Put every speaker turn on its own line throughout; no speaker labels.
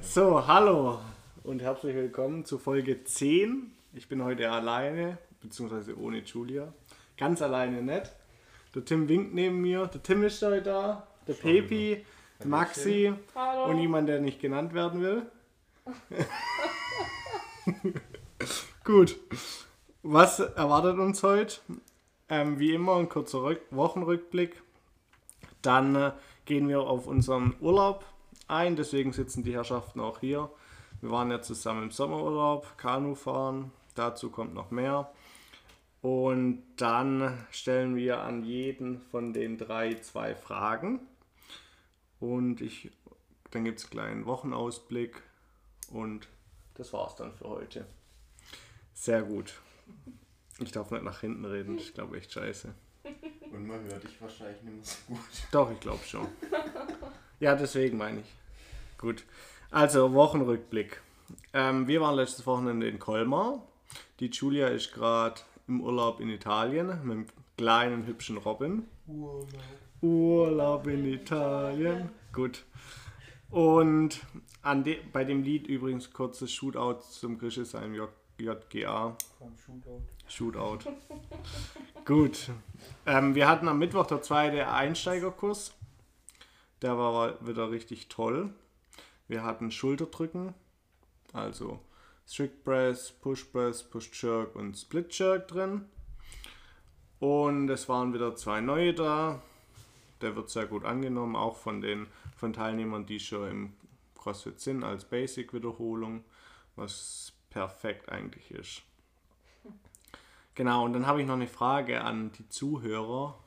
So, hallo und herzlich willkommen zu Folge 10. Ich bin heute alleine, beziehungsweise ohne Julia. Ganz alleine nicht. Der Tim winkt neben mir. Der Tim ist heute da. Der Pepi, der Maxi
Hallo.
und jemand, der nicht genannt werden will. Gut. Was erwartet uns heute? Ähm, wie immer ein kurzer Rück Wochenrückblick. Dann äh, gehen wir auf unseren Urlaub ein, deswegen sitzen die Herrschaften auch hier. Wir waren ja zusammen im Sommerurlaub, Kanu fahren, dazu kommt noch mehr. Und dann stellen wir an jeden von den drei zwei Fragen. Und ich, dann gibt es einen kleinen Wochenausblick. Und das war's dann für heute. Sehr gut. Ich darf nicht nach hinten reden, ich glaube echt scheiße.
Und man hört dich wahrscheinlich nicht mehr so gut.
Doch, ich glaube schon. Ja, deswegen meine ich. Gut. Also, Wochenrückblick. Ähm, wir waren letztes Wochenende in Colmar. Die Julia ist gerade im Urlaub in Italien mit dem kleinen, hübschen Robin. Urlaub in Italien. Gut. Und an de bei dem Lied übrigens kurzes Shootout zum Grische sein J- JGA. Shootout. Gut. Ähm, wir hatten am Mittwoch der zweite Einsteigerkurs. Der war wieder richtig toll. Wir hatten Schulterdrücken, also Strict Press, Push Press, Push Jerk und Split Jerk drin. Und es waren wieder zwei neue da. Der wird sehr gut angenommen, auch von den von Teilnehmern, die schon im CrossFit sind, als Basic-Wiederholung, was perfekt eigentlich ist. Genau, und dann habe ich noch eine Frage an die Zuhörer.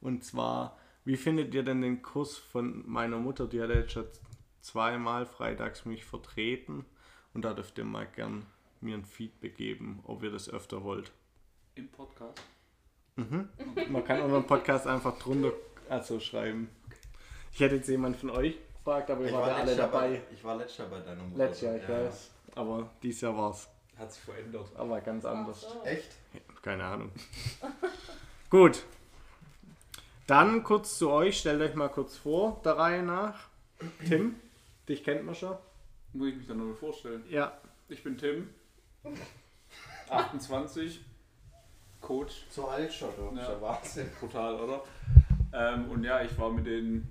Und zwar, wie findet ihr denn den Kurs von meiner Mutter? Die hat ja jetzt schon zweimal freitags mich vertreten. Und da dürft ihr mal gern mir ein Feedback geben, ob ihr das öfter wollt.
Im Podcast.
Man kann unseren Podcast einfach drunter also schreiben. Ich hätte jetzt jemand von euch gefragt, aber ihr wart ja alle
letztes Jahr
dabei.
Bei, ich war letztes Jahr bei deiner Mutter.
Letztes Jahr, ich weiß. Aber dieses Jahr war's.
Hat sich verändert.
Aber ganz anders.
Ja. Echt?
Keine Ahnung. Gut. Dann kurz zu euch. Stellt euch mal kurz vor, der Reihe nach. Tim, dich kennt man schon.
Muss ich mich dann nochmal vorstellen.
Ja.
Ich bin Tim. 28. Coach.
Zu alt schon, du.
Ja.
Ja. Wahnsinn.
Brutal, oder? Ähm, und ja, ich war mit den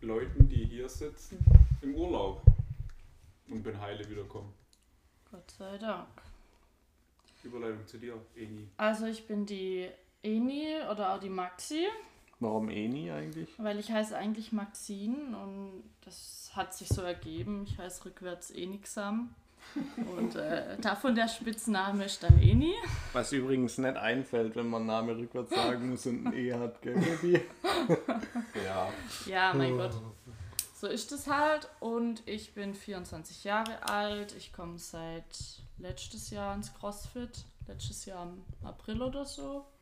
Leuten, die hier sitzen, im Urlaub. Und bin heile wiederkommen.
Gott sei Dank.
Überleitung zu dir, Eni.
Also ich bin die Eni oder auch die Maxi,
Warum eh nie eigentlich?
weil ich heiße eigentlich Maxine und das hat sich so ergeben. Ich heiße rückwärts Enixam und äh, davon der Spitzname ist dann Eni.
Was übrigens nicht einfällt, wenn man Name rückwärts sagen muss und ein E hat, gell, Baby?
Ja.
Ja, mein Gott. So ist es halt und ich bin 24 Jahre alt. Ich komme seit letztes Jahr ins CrossFit, letztes Jahr im April oder so.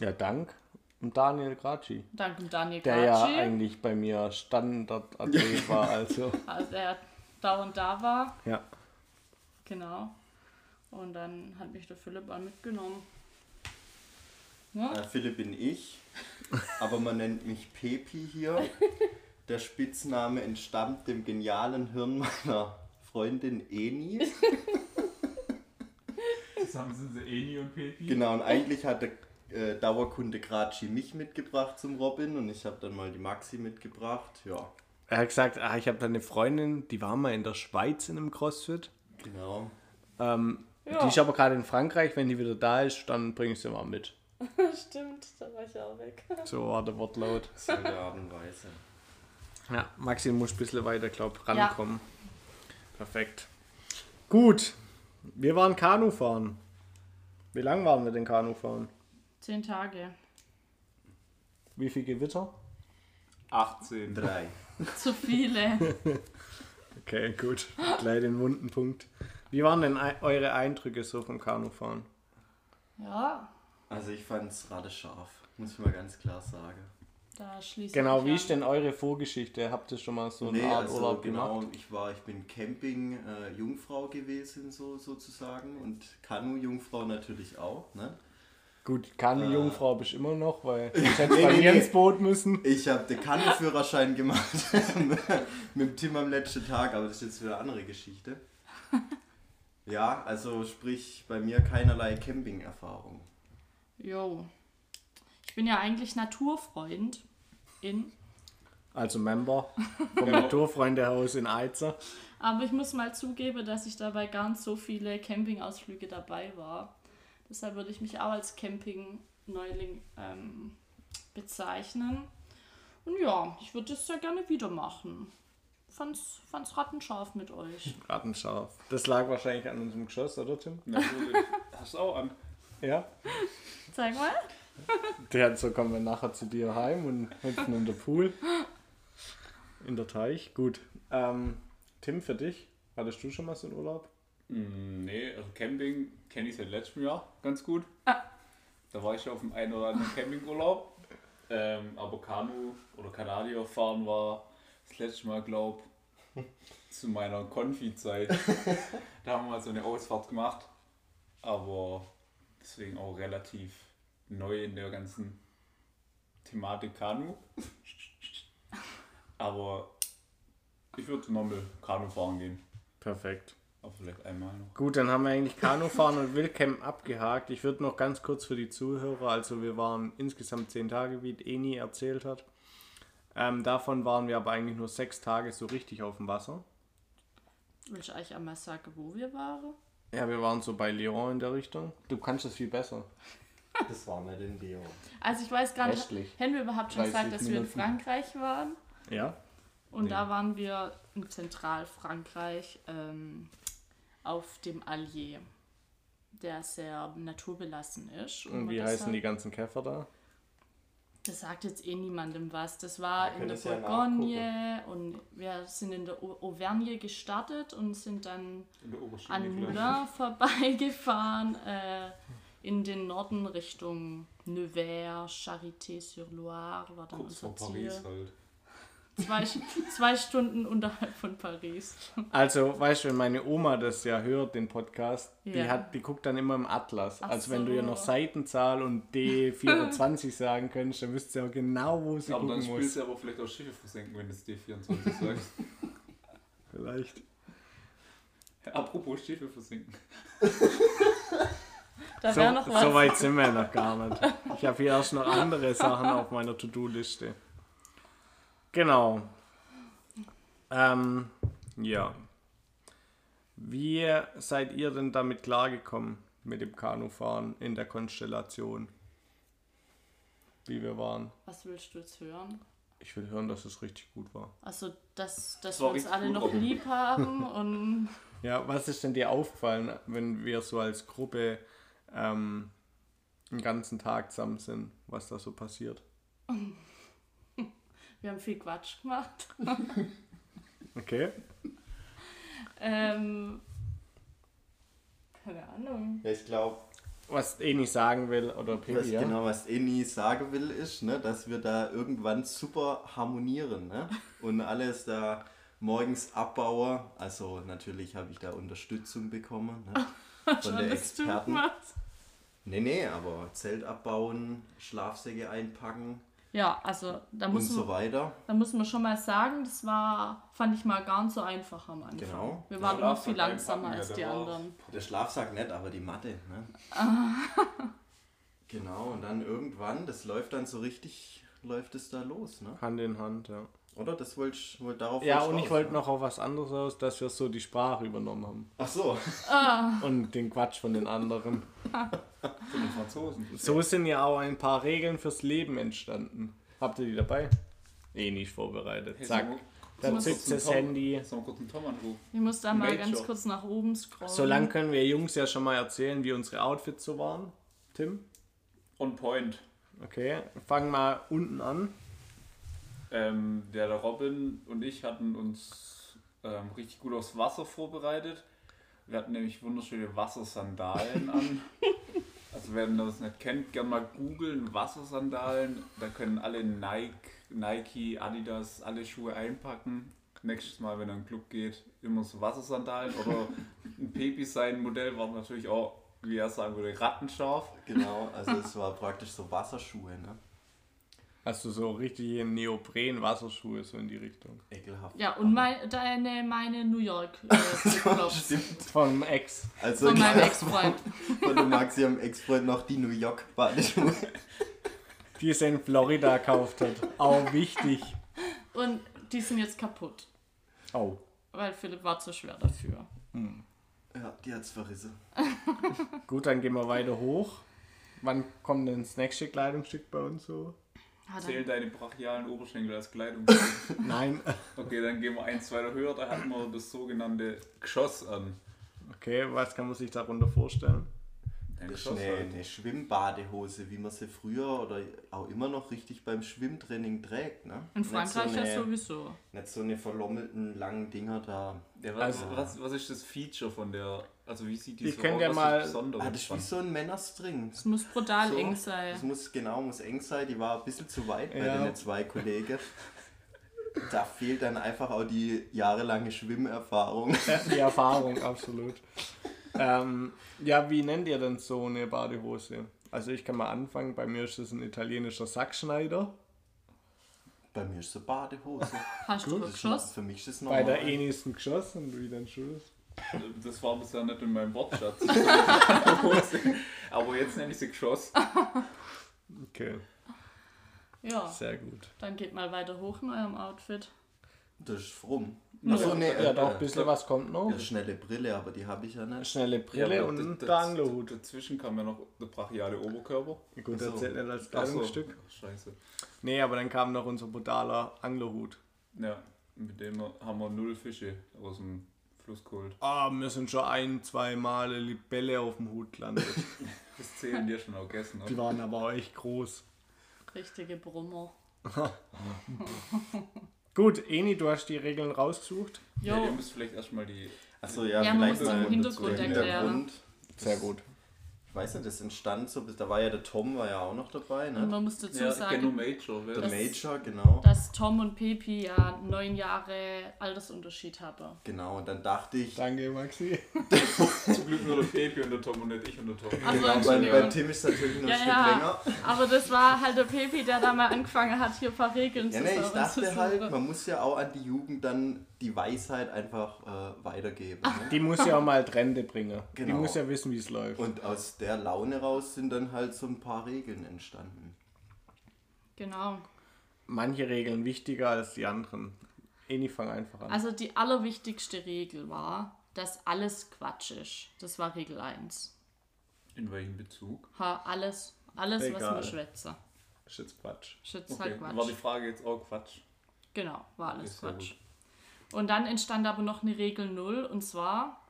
Ja, dank. Und Daniel Graci.
Dank dem Daniel
Der ja
Graci.
eigentlich bei mir Standardathlet war, also.
Also der dauernd da war,
Ja.
genau. Und dann hat mich der Philipp mal mitgenommen. Ne?
Äh, Philipp bin ich, aber man nennt mich Pepi hier. Der Spitzname entstammt dem genialen Hirn meiner Freundin Eni.
Zusammen sind sie Eni und Pepi.
Genau, und eigentlich hatte äh, Dauerkunde Graci mich mitgebracht zum Robin und ich habe dann mal die Maxi mitgebracht. Ja,
Er hat gesagt, ah, ich habe da eine Freundin, die war mal in der Schweiz in einem CrossFit.
genau.
Ähm,
Ja.
Die ist aber gerade in Frankreich. Wenn die wieder da ist, dann bringe ich sie mal mit.
Stimmt, da war ich auch weg.
So war der Wortlaut.
So in der Art und Weise.
Ja, Maxi muss ein bisschen weiter, glaube ich, rankommen. Perfekt. Gut. Wir waren Kanufahren. Wie lange waren wir denn Kanufahren?
Zehn Tage.
Wie viel Gewitter?
18.
Drei.
Zu viele.
Okay, gut. Gleich den wunden Punkt. Wie waren denn ei- eure Eindrücke so vom Kanufahren?
ja,
Also ich fand's gerade scharf, muss ich mal ganz klar sagen.
da schließt
Genau, wie ist denn eure Vorgeschichte? Habt ihr schon mal so eine Art Urlaub
genau,
gemacht?
ich war, ich bin Camping äh, Jungfrau gewesen so sozusagen und Kanu Jungfrau natürlich auch, ne?
Gut, Kanenjungfrau bist du immer noch, weil ich hätte bei mir ins Boot müssen.
Ich habe den Kanuführerschein gemacht mit dem Tim am letzten Tag, aber das ist jetzt wieder eine andere Geschichte. Ja, also sprich bei mir keinerlei Camping-Erfahrung.
Jo. Ich bin ja eigentlich Naturfreund in,
Also Member vom
Ja.
Naturfreundehaus in Eizer.
aber ich muss mal zugeben, dass ich dabei gar nicht so viele Campingausflüge dabei war. Deshalb würde ich mich auch als Camping-Neuling ähm, bezeichnen. Und ja, ich würde das ja gerne wieder machen. Fand's, fand's rattenscharf mit euch.
Rattenscharf. Das lag wahrscheinlich an unserem Geschoss, oder Tim?
Natürlich. Hast du auch an.
Ja.
Zeig mal.
Der, so kommen wir nachher zu dir heim und hüpfen in der Pool. In der Teich. Gut. Ähm, Tim, für dich, hattest du schon mal so einen Urlaub?
Hm, nee, also Camping kenne ich seit letztem Jahr ganz gut. Da war ich ja auf dem einen oder anderen Campingurlaub. Ähm, aber Kanu oder Kanadier fahren war das letzte Mal, glaube zu meiner Konfi-Zeit. da haben wir mal so eine Ausfahrt gemacht. Aber deswegen auch relativ neu in der ganzen Thematik Kanu. Aber ich würde nochmal Kanu fahren gehen.
Perfekt.
Aber vielleicht einmal noch.
Gut, dann haben wir eigentlich Kanufahren und Wildcamp abgehakt. Ich würde noch ganz kurz für die Zuhörer, also wir waren insgesamt zehn Tage, wie Eni erzählt hat. Ähm, davon waren wir aber eigentlich nur sechs Tage so richtig auf dem Wasser.
Willst du euch einmal sagen, wo wir waren?
Ja, wir waren so bei Lyon in der Richtung. Du kannst das viel besser.
Das war nicht in Leo.
Also ich weiß gar nicht,
Östlich.
haben wir überhaupt schon gesagt,
30
dass wir in
Minuten.
Frankreich waren?
Ja?
Und
Nee.
da waren wir in Zentralfrankreich ähm, auf dem Allier, der sehr naturbelassen ist.
Und wie
man
heißen die
deshalb-
ganzen Käfer da?
Das sagt jetzt eh niemandem was. Das war
Wir
in
können
der
das ja
Bourgogne und wir sind in der Au- Auvergne gestartet und sind dann
In der Oberschule.
an
vielleicht.
Moulin vorbeigefahren äh, in den Norden Richtung Nevers, Charité-sur-Loire war dann
Kurz vor
unser Ziel.
Paris halt.
Zwei, zwei Stunden unterhalb von Paris.
Also, weißt du, wenn meine Oma das ja hört, den Podcast, die,
Ja.
hat, die guckt dann immer im Atlas.
Ach
also, wenn du ihr
so.
noch Seitenzahl und D24 sagen könntest, dann wüsst ihr auch genau, wo sie
Aber dann
gucken
spielst
muss.
du aber vielleicht auch Schiffe versenken, wenn du das D24 sagst.
Vielleicht.
Apropos Schiffe versenken.
Da
So,
wäre noch was.
so weit sind wir noch gar nicht. Ich habe hier erst noch andere Sachen auf meiner To-Do-Liste. Genau. Ähm, ja. Wie seid ihr denn damit klargekommen mit dem Kanufahren in der Konstellation? Wie wir waren.
Was willst du jetzt hören?
Ich will hören, dass es richtig gut war.
Also, dass, dass
Das
wir
war
uns
richtig
alle
gut,
noch
Robin.
lieb haben und
Ja, was ist denn dir aufgefallen, wenn wir so als Gruppe ähm, einen ganzen Tag zusammen sind, was da so passiert?
wir haben viel Quatsch gemacht.
Okay.
Ähm, keine Ahnung.
Ja, ich glaube,
was eh nicht sagen will oder
was
Pippi, ja?
genau was Inni sagen will, ist, ne, dass wir da irgendwann super harmonieren, ne? Und alles da morgens abbaue. Also natürlich habe ich da Unterstützung bekommen, ne? Von
Schon
der
das du
Experten.
machst.
Nee, nee, aber Zelt abbauen, Schlafsäcke einpacken
Ja, also da
und
muss,
so
man,
weiter.
da muss man schon mal sagen, das war, fand ich mal gar nicht so einfach am Anfang.
Genau.
Wir waren
Ja,
immer viel
Schlafsack
langsamer
einpacken,
als
ja,
die
da war-
anderen.
Der Schlafsack nicht, aber die Matte, ne? genau, und dann irgendwann, das läuft dann so richtig, läuft es da los, ne?
Hand in Hand, ja.
Oder? Das wollte ich, wollt darauf
Ja,
wollt
und
raus,
ich wollte
ne?
noch auf was anderes aus, dass wir so die Sprache übernommen haben.
Ach so.
Und den Quatsch von den anderen.
Von den Franzosen.
So sind ja auch ein paar Regeln fürs Leben entstanden. Habt ihr die dabei? Eh nicht vorbereitet. Zack. Dann zückt das Handy.
Sollen wir kurz einen Tom anrufen?
Ich muss da mal
Major.
ganz kurz nach oben scrollen.
So lang können wir Jungs ja schon mal erzählen, wie unsere Outfits so waren. Tim?
On point.
Okay, fangen mal unten an.
Ähm, der Robin und ich hatten uns ähm, richtig gut aufs Wasser vorbereitet. Wir hatten nämlich wunderschöne Wassersandalen an. Also wer das nicht kennt, gerne mal googeln, Wassersandalen. Da können alle Nike, Nike, Adidas, alle Schuhe einpacken. Nächstes Mal, wenn er in den Club geht, immer so Wassersandalen. Oder ein Pepi sein Modell war natürlich auch wie er sagen würde, rattenscharf.
Genau, also es war praktisch so Wasserschuhe, ne?
Hast du so richtige Neopren-Wasserschuhe so in die Richtung?
Ekelhaft.
Ja, und mein, deine, meine New york äh, Flipflops
Stimmt.
Vom Ex.
Also
von meinem Ex-Freund.
Von dem Maxi am Ex-Freund noch die New York Badeschuhe.
Die es in Florida gekauft hat. Auch wichtig.
Und die sind jetzt kaputt,
Au.
weil Philipp war zu schwer dafür.
Ja, die hat's verrissen.
Gut, dann gehen wir weiter hoch. Wann kommt denn das nächste Kleidungsstück bei uns so?
Ah, dann-
Zählen deine brachialen Oberschenkel als Kleidung.
Nein.
Okay, dann gehen wir eins weiter höher. Da hatten wir das sogenannte Geschoss an.
Okay, was kann man sich darunter vorstellen?
Ein
Das ist
Geschoss
eine,
halt.
eine Schwimmbadehose, wie man sie früher oder auch immer noch richtig beim Schwimmtraining trägt, ne?
In
Nicht
Frankreich
so eine,
ja sowieso.
Nicht so eine verlommelten langen Dinger da.
Ja, was,
Also-
was, was ist das Feature von der? Also wie sieht die
Ihr
so
könnt
aus?
ja
Was ist
mal-
besonders
Ah, das ist wie
dran?
so ein Männerstring.
Es muss brutal
So.
eng sein.
Das muss genau, muss eng sein. Die war ein bisschen zu weit bei
Ja.
den zwei Kollegen. Da fehlt dann einfach auch die jahrelange Schwimmerfahrung.
Ja, Die Erfahrung, absolut. Ähm, ja, wie nennt ihr denn so eine Badehose? Also ich kann mal anfangen, bei mir ist es ein italienischer Sackschneider.
Bei mir ist es eine Badehose.
Hast du geschossen?
Für mich ist es
Bei
normal.
der E- ähnlichsten Geschoss und wie dann Schulz.
Das war bisher nicht in meinem Wortschatz. Aber jetzt nenne ich sie Geschoss.
Okay,
Ja,
sehr gut.
dann geht mal weiter hoch in eurem Outfit.
Das ist fromm.
Ja.
Achso, nee,
Ja,
äh,
doch,
äh,
ein bisschen was kommt noch.
eine schnelle Brille, aber die habe ich ja nicht.
Schnelle Brille
aber
und
d-
der
daz-
Anglerhut.
Dazwischen kam ja noch der brachiale Oberkörper.
Gut,
Ach
das
so.
zählt nicht als
Ach so.
Kleidungsstück.
Ach, Scheiße.
Nee, aber dann kam noch unser brutaler Anglerhut.
Ja, mit dem haben wir null Fische aus dem Fluss geholt.
Ah, mir sind schon ein, zwei Male Libelle auf dem Hut gelandet.
Das zählen dir schon auch gegessen.
Die
oder?
waren aber auch echt groß.
Richtige Brummer.
Gut, Eni, du hast die Regeln rausgesucht.
Jo,
Ja, ihr müsst vielleicht erstmal die.
Achso, ja,
Ja, man
vielleicht
muss
mal
den Hintergrund
dazu.
erklären.
Sehr gut.
Ich weiß nicht, das entstand so, bis- da war ja der Tom war ja auch noch dabei,
und
ne?
man muss dazu
Ja, Geno
sagen,
Major.
Der
Wer
Das-
Major, genau.
dass Tom und Pepi ja neun Jahre Altersunterschied haben.
Genau, und dann dachte ich,
Danke, Maxi.
zum Glück nur der Pepe und der Tom und nicht ich und der Tom.
Ach so,
genau, beim,
Also, Entschuldigung.
beim Tim ist natürlich noch
Ja,
ein Stück
ja.
länger.
Aber das war halt der Pepi, der da mal angefangen hat, hier ein paar Regeln
Ja,
zu
ne, ich
sauber zu
dachte
suchen.
halt, man muss ja auch an die Jugend dann die Weisheit einfach äh, weitergeben. Ne?
Die muss ja auch mal Trende bringen. Die
Genau.
muss ja wissen, wie es läuft.
Und aus der Laune raus sind dann halt so ein paar Regeln entstanden.
Genau.
Manche Regeln wichtiger als die anderen. Eni, fang einfach an.
Also die allerwichtigste Regel war, dass alles Quatsch ist. Das war Regel 1.
In welchem Bezug?
Ha, alles, alles, was
Egal.
wir schwätzen.
ist jetzt Quatsch.
Schütz
Okay,
halt
war die
Quatsch.
Frage jetzt auch Quatsch.
Genau, war alles
Ist sehr
Quatsch.
gut.
Und dann entstand aber noch eine Regel 0 und zwar,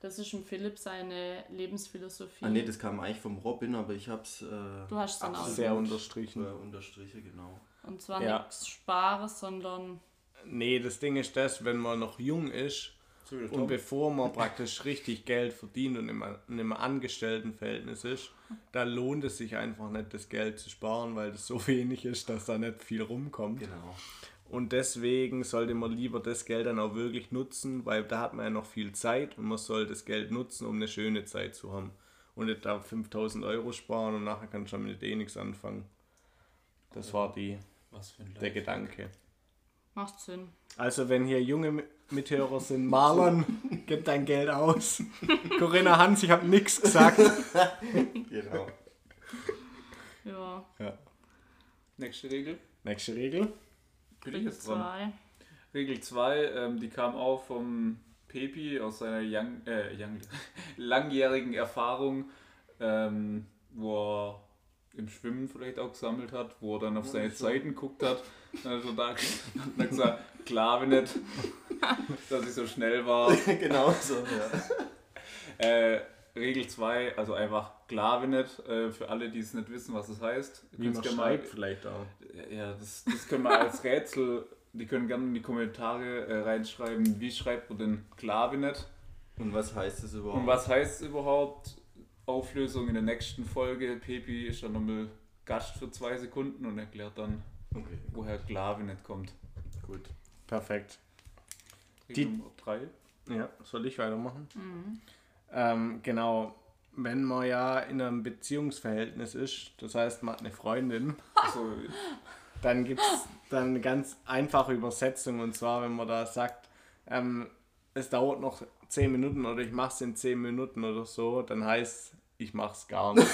das ist im Philipp seine Lebensphilosophie.
Ah ne, das kam eigentlich vom Robin, aber ich hab's äh,
du hast dann auch.
Absolut.
Sehr
äh,
unterstrichen.
unterstriche, genau.
Und zwar
Ja.
nichts Spares, sondern
Nee, das Ding ist das, wenn man noch jung ist
So, der
und
Tom.
bevor man praktisch richtig Geld verdient und in einem- in einem Angestelltenverhältnis ist, da lohnt es sich einfach nicht, das Geld zu sparen, weil das so wenig ist, dass da nicht viel rumkommt.
Genau.
Und deswegen sollte man lieber das Geld dann auch wirklich nutzen, weil da hat man ja noch viel Zeit und man soll das Geld nutzen, um eine schöne Zeit zu haben. Und nicht da 5000 Euro sparen und nachher kann schon mit eh nichts anfangen. Das war die,
Was für ein
der
Leid.
Gedanke.
macht Sinn.
Also wenn hier junge Mithörer sind, Marlon, gib dein Geld aus. Corinna Hans, ich habe nichts gesagt.
Genau.
Ja,
Ja.
Nächste Regel.
Nächste Regel.
Bin ich
Regel
jetzt dran.
2.
Regel 2, ähm, die kam auch vom Pepi aus seiner young, äh, young, langjährigen Erfahrung, ähm, wo er im Schwimmen vielleicht auch gesammelt hat, wo er dann auf seine Zeiten geguckt hat. Dann hat er da gestanden und hat gesagt, klar bin nicht, dass ich so schnell war.
genau so, ja.
Äh, Regel 2, also einfach klar bin nicht, äh, für alle, die es nicht wissen, was es das heißt.
Wie
Könnt's
man
gerne mal-
schreibt vielleicht auch.
Ja, das, das können wir als Rätsel, die können gerne in die Kommentare äh, reinschreiben, wie schreibt man denn Klavinet
Und was heißt das überhaupt?
und was heißt es überhaupt? Auflösung in der nächsten Folge. Pepi ist dann nochmal Gast für zwei Sekunden und erklärt dann,
Okay,
woher Klavinet kommt.
gut.
Perfekt. Die-
Regel Nummer 3.
Ja, soll ich weitermachen? Ähm, genau. wenn man ja in einem Beziehungsverhältnis ist, das heißt, man hat eine Freundin,
Also,
dann gibt es dann eine ganz einfache Übersetzung und zwar, wenn man da sagt, ähm, es dauert noch 10 Minuten oder ich mach's in 10 Minuten oder so, dann heißt ich mach's gar nicht.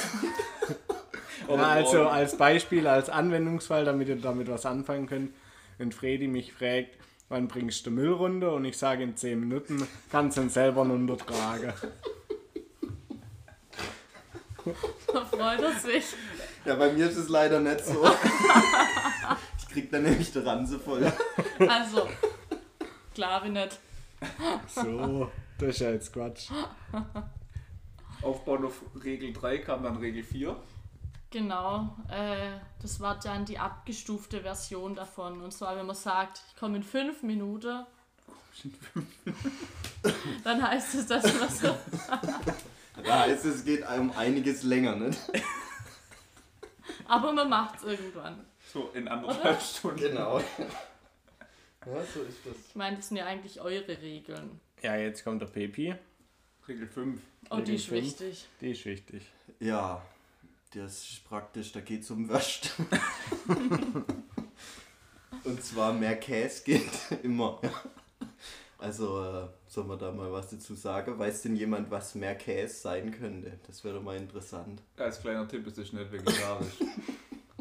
Oder
Ja, also
morgen.
als Beispiel, als Anwendungsfall, damit ihr damit was anfangen könnt, wenn Fredi mich fragt, wann bringst du Müll runter und ich sage in 10 Minuten, kannst du ihn selber runtertragen.
Da freut er sich.
Ja, bei mir ist es leider nicht so. ich krieg dann nämlich die Ranse voll.
Also, klar wie nicht.
So, das ist ja jetzt Quatsch.
aufbauen auf Regel 3 kam dann Regel 4.
Genau, äh, das war dann die abgestufte Version davon. Und zwar, wenn man sagt, ich komme in fünf Minuten, dann heißt es, dass man so,
Da heißt es, es geht um einiges länger, ne?
aber man macht es irgendwann.
So in anderthalb Stunden.
Genau. Ja, so ist das.
Ich meine, das sind ja eigentlich eure Regeln.
Ja, jetzt kommt der Pepi.
Regel 5.
Und die ist
Regeln fünf.
wichtig.
Die ist wichtig.
Ja, das ist praktisch, da geht's um Wurst. Und zwar mehr Käse geht immer. Also, äh, soll man da mal was dazu sagen? Weiß denn jemand, was mehr Käse sein könnte? Das wäre doch mal interessant.
Als kleiner Tipp, es ist nicht vegetarisch.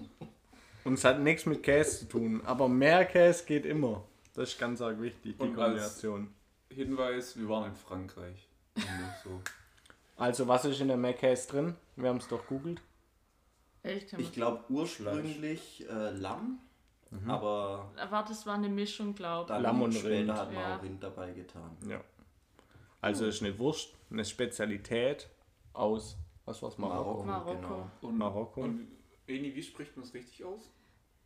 Und es hat nichts mit Käse zu tun, aber mehr Käse geht immer. Das ist ganz arg wichtig, die
Und als-
Kombination.
Hinweis, wir waren in Frankreich. Und so.
Also, was ist in der mehr Käse drin? Wir haben es doch googelt.
Echt?
Ich glaube ursprünglich äh, Lamm, aber
Aber das war eine Mischung, glaube
dann
Mhm. Lamm und
später
Rind.
hat man
Ja.
auch Rind dabei getan.
Ja. Also, es ist eine Wurst, eine Spezialität aus, was war's, Marokko?
ich. Marokko.
genau.
Und
Marokko.
Und Eni, wie spricht man es richtig aus?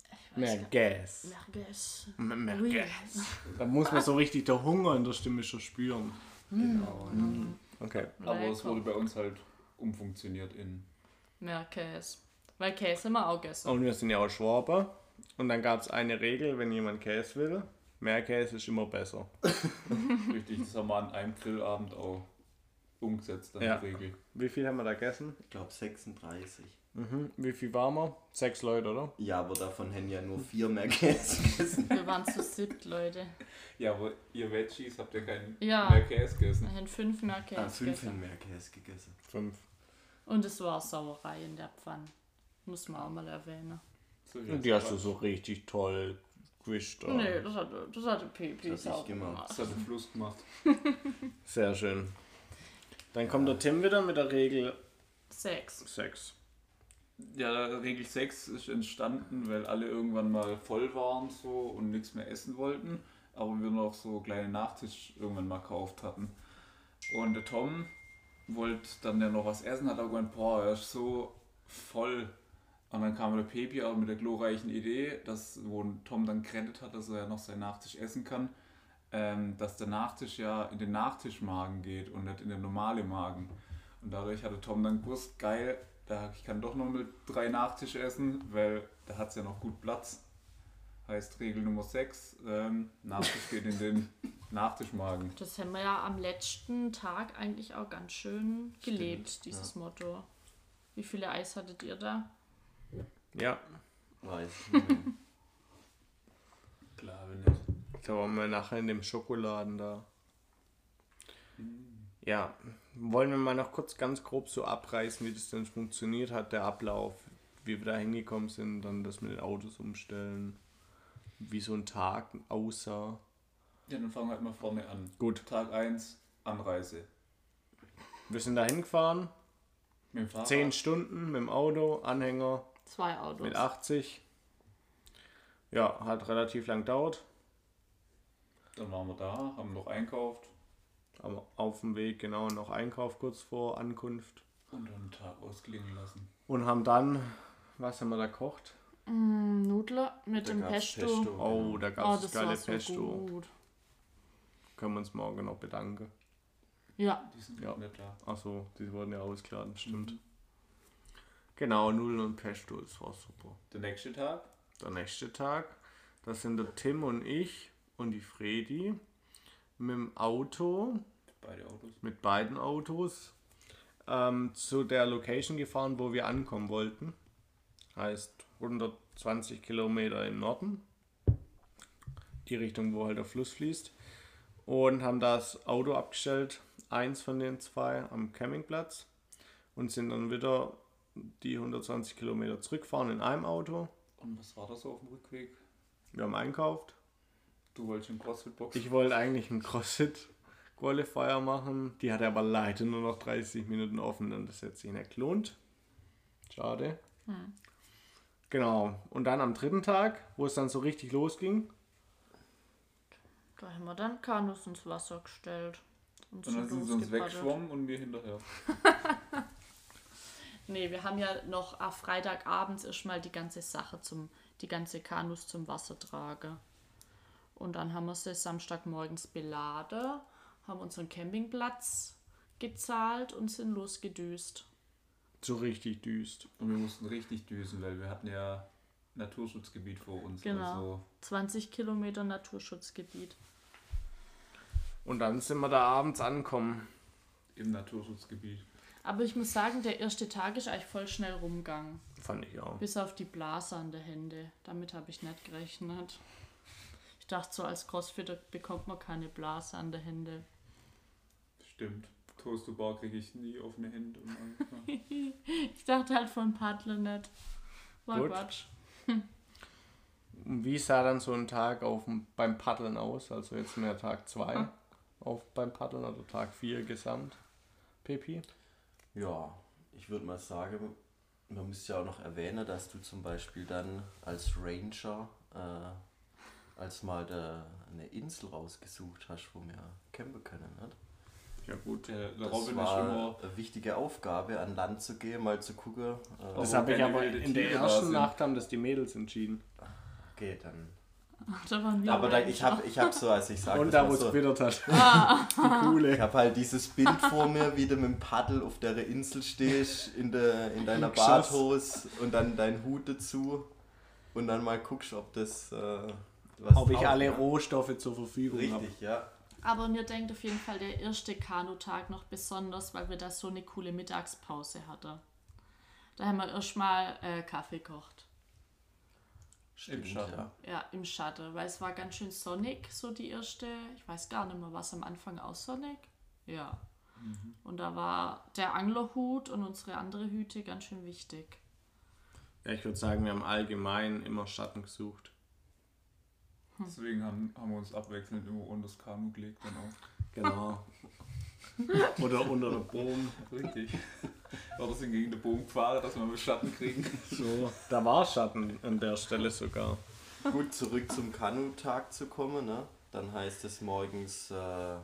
Ich weiß
Mehr
gar-
Käse.
Merguez.
M- Mehr
Ui.
Käse. Da muss man so richtig der Hunger in der Stimme schon spüren.
Genau. ja.
Okay.
Aber es
Welcome.
wurde bei uns halt umfunktioniert in.
Mehr Käse. Weil Käse immer auch gegessen.
Und wir sind ja auch Schwaber. Und dann gab es eine Regel, wenn jemand Käse will, mehr Käse ist immer besser.
Richtig, das haben wir an einem Grillabend auch umgesetzt, dann
Ja.
die Regel.
Wie viel haben wir da gegessen?
Ich glaube 36.
Mhm. Wie viel waren wir? Sechs Leute, oder?
Ja, aber davon hätten ja nur vier mehr Käse gegessen.
Wir waren zu siebt, Leute.
Ja, aber ihr Veggies habt ja keinen
Ja.
mehr Käse
Wir
gegessen.
haben fünf mehr Käse
Ah, fünf
gegessen.
hätten mehr Käse gegessen.
Fünf.
Und es war Sauerei in der Pfanne. Muss man auch mal erwähnen.
So,
Und die hast du so richtig toll gewischt. oder?
Nee, das hatte, das hatte
Das
Pepe
hab ich
sauber
gemacht.
Das hat den Fluss gemacht.
Sehr schön. Dann kommt der Tim wieder mit der Regel
Sechs.
6.
Ja, Regel 6 ist entstanden, weil alle irgendwann mal voll waren so und nichts mehr essen wollten, aber wir noch so kleine Nachtisch irgendwann mal gekauft hatten. Und der Tom wollte dann ja noch was essen, hat aber gemeint, boah, er ist so voll. Und dann kam der Pepi auch mit der glorreichen Idee, dass, wo Tom dann Credit hat, dass er ja noch seinen Nachtisch essen kann, ähm, dass der Nachtisch ja in den Nachtischmagen geht und nicht in den normale Magen. Und dadurch hatte Tom dann gewusst, geil, da, ich kann doch noch mit drei Nachtisch essen, weil da hat es ja noch gut Platz. Heißt Regel Nummer 6, ähm, Nachtisch geht in den Nachtischmagen.
Das haben wir ja am letzten Tag eigentlich auch ganz schön gelebt, dieses Motto. Wie viele Eis hattet ihr da?
Ja,
Weiß. nicht mehr.
Klar, wenn nicht.
da waren wir nachher in dem Schokoladen da. Ja, wollen wir mal noch kurz ganz grob so abreißen, wie das denn funktioniert hat, der Ablauf, wie wir da hingekommen sind, dann das mit den Autos umstellen, wie so ein Tag aussah.
Ja, dann fangen wir halt mal vorne an.
Gut,
Tag 1, Anreise.
wir sind da hingefahren,
Mit dem Fahrrad.
10 Stunden mit dem Auto, Anhänger,
Zwei Autos.
Mit 80. Ja, hat relativ lang gedauert,
Dann waren wir da, haben noch einkauft
aber auf dem Weg genau noch Einkauf kurz vor Ankunft.
und dann einen Tag ausklingen lassen.
Und haben dann, was haben wir da gekocht?
Mm, Nudler mit
Da
dem
gab's
Pesto.
Oh, da gab
Oh,
es
das
geile
war so
Pesto.
gut.
Können wir uns morgen noch bedanken.
Ja,
Die sind
Ja.
nicht da.
Achso, die wurden ja ausgeladen, stimmt. Genau, Nudeln und Pesto, das war super.
Der nächste Tag,
Der nächste Tag, da sind der Tim und ich und die Fredi mit dem Auto
beide Autos.
mit beiden Autos ähm, zu der Location gefahren, wo wir ankommen wollten. Heißt 120 Kilometer im Norden. Die Richtung, wo halt der Fluss fließt. Und haben das Auto abgestellt, eins von den zwei, am Campingplatz. Und sind dann wieder die 120 Kilometer zurückgefahren in einem Auto.
Und was war das so auf dem Rückweg?
Wir haben einkauft.
Du wolltest in CrossFit-Box.
Ich wollte eigentlich einen CrossFit Qualifier machen. Die hatte aber leider nur noch 30 Minuten offen und das hat sich nicht gelohnt. Schade. Genau. Und dann am dritten Tag, wo es dann so richtig losging,
Da haben wir dann Kanus ins Wasser gestellt. Und,
Und dann sind sie uns
losgepaddelt.
weggeschwommen und wir hinterher.
Nee, wir haben ja noch am Freitagabends ist mal die ganze Sache zum, die ganze Kanus zum Wasser trage. Und dann haben wir sie Samstagmorgens beladen, haben unseren Campingplatz gezahlt und sind losgedüst.
so richtig düst.
Und wir mussten richtig düsen, weil wir hatten ja Naturschutzgebiet vor uns.
Genau.
Also
20 Kilometer Naturschutzgebiet.
Und dann sind wir da abends angekommen.
im Naturschutzgebiet.
Aber ich muss sagen, der erste Tag ist eigentlich voll schnell rumgegangen.
Fand ich auch.
Bis auf die Blase an der Hände. Damit habe ich nicht gerechnet. Ich dachte, so als Crossfitter bekommt man keine Blase an der Hände.
Stimmt. Toastobar kriege ich nie auf eine Hand. Und alles.
Ich dachte halt von Paddler nicht. War
Gut.
Quatsch.
Und Wie sah dann so ein Tag auf, dem- beim Paddeln aus? Also jetzt mehr Tag 2 auf beim Paddeln oder Tag 4 gesamt. Pepi?
Ja, ich würde mal sagen, man müsste ja auch noch erwähnen, dass du zum Beispiel dann als Ranger, äh, als mal da eine Insel rausgesucht hast, wo wir campen können. Nicht?
Ja gut.
Äh, Der, der
Das
Robin ist
war
immer.
eine wichtige Aufgabe, an Land zu gehen, mal zu gucken. Äh,
Das
Warum
habe ich
keine
aber
wilden
in der
Tiere da
ersten
sind.
Nacht haben das die Mädels entschieden.
okay, dann.
Da waren wir
Aber da,
Ranger.
ich habe ich hab so, als ich sage,
Und da, wo es gewittert hat. Die
Ich
coole.
habe halt dieses Bild vor mir, wie du mit dem Paddel auf der Insel stehst, in, der, in deiner
Geschoss.
Badhose und dann dein Hut dazu und dann mal guckst, ob das. Äh, was
Ob ich
taugt,
alle
ne?
Rohstoffe zur Verfügung habe.
Richtig, ja.
Aber mir denkt auf jeden Fall der erste Kanutag noch besonders, weil wir da so eine coole Mittagspause hatten. Da haben wir erstmal äh, Kaffee gekocht.
Stimmt,
Schatten.
ja.
Ja, im Schatten, weil es war ganz schön sonnig, so die erste. Ich weiß gar nicht mehr, was am Anfang auch sonnig. Ja.
Mhm.
Und da war der Anglerhut und unsere andere Hüte ganz schön wichtig.
Ja, ich würde sagen, wir haben allgemein immer Schatten gesucht.
Deswegen haben, haben wir uns abwechselnd immer unter das Kanu gelegt. Dann auch.
Genau. Oder unter der Boom.
Richtig. Oder sind gegen den Bogen gefahren, dass wir mal Schatten kriegen.
So. Da war Schatten an der Stelle sogar.
Gut, zurück zum Kanutag zu kommen, ne? Dann heißt es morgens äh,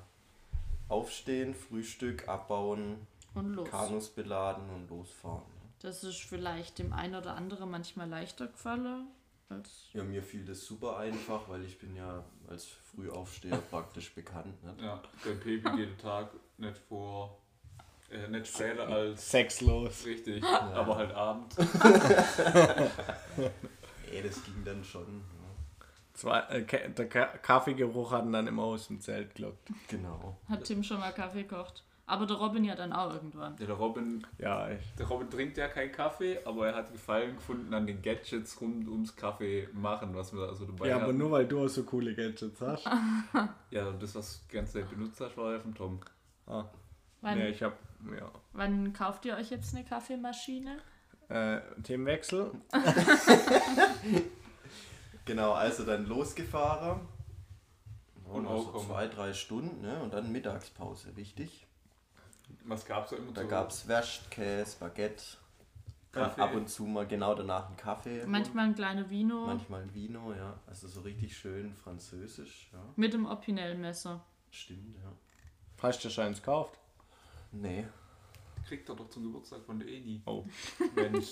aufstehen, Frühstück abbauen,
Und los.
Kanus beladen und losfahren. Ne?
Das ist vielleicht dem einen oder anderen manchmal leichter gefallen als
Ja, mir fiel das super einfach, weil ich bin ja als Frühaufsteher praktisch bekannt. Ne?
Ja, der Pepe jeden Tag nicht vor. Äh, nicht später als.
Sexlos.
Richtig. Aber halt abends.
Ey, das ging dann schon. Ne?
Zwei, äh, Ka- der Ka Kaffeegeruch hatten dann immer aus dem Zelt gelockt.
Genau.
hat Tim schon mal Kaffee gekocht. Aber der Robin ja dann auch irgendwann.
Ja, der Robin
Ja, ich.
Der Robin trinkt ja keinen Kaffee, aber er hat Gefallen gefunden an den Gadgets rund ums Kaffee machen, was wir da also dabei
Ja, aber
hatten.
nur weil du auch so coole Gadgets hast.
Ja, und das, was du die ganze Zeit benutzt hast, war ja von Tom.
Ah,
Wann,
nee, ich hab. Ja.
wann kauft ihr euch jetzt eine Kaffeemaschine?
Äh, Themenwechsel.
Genau, also dann losgefahren.
Und
Und auch so
ankommen.
zwei, drei Stunden, ne? Und dann Mittagspause, wichtig.
Was gab's da immer
Da
zu-
gab es Wäschkäse, Baguette.
Kaffee.
Ab und zu mal genau danach einen Kaffee.
Manchmal ein kleiner Vino
Manchmal ein Vino, ja. Also so richtig schön französisch, ja.
mit dem Opinel-Messer.
Stimmt, ja.
Hast du schon eins gekauft?
Nee,
Kriegt er doch zum Geburtstag von der Edi.
Oh.
Mensch,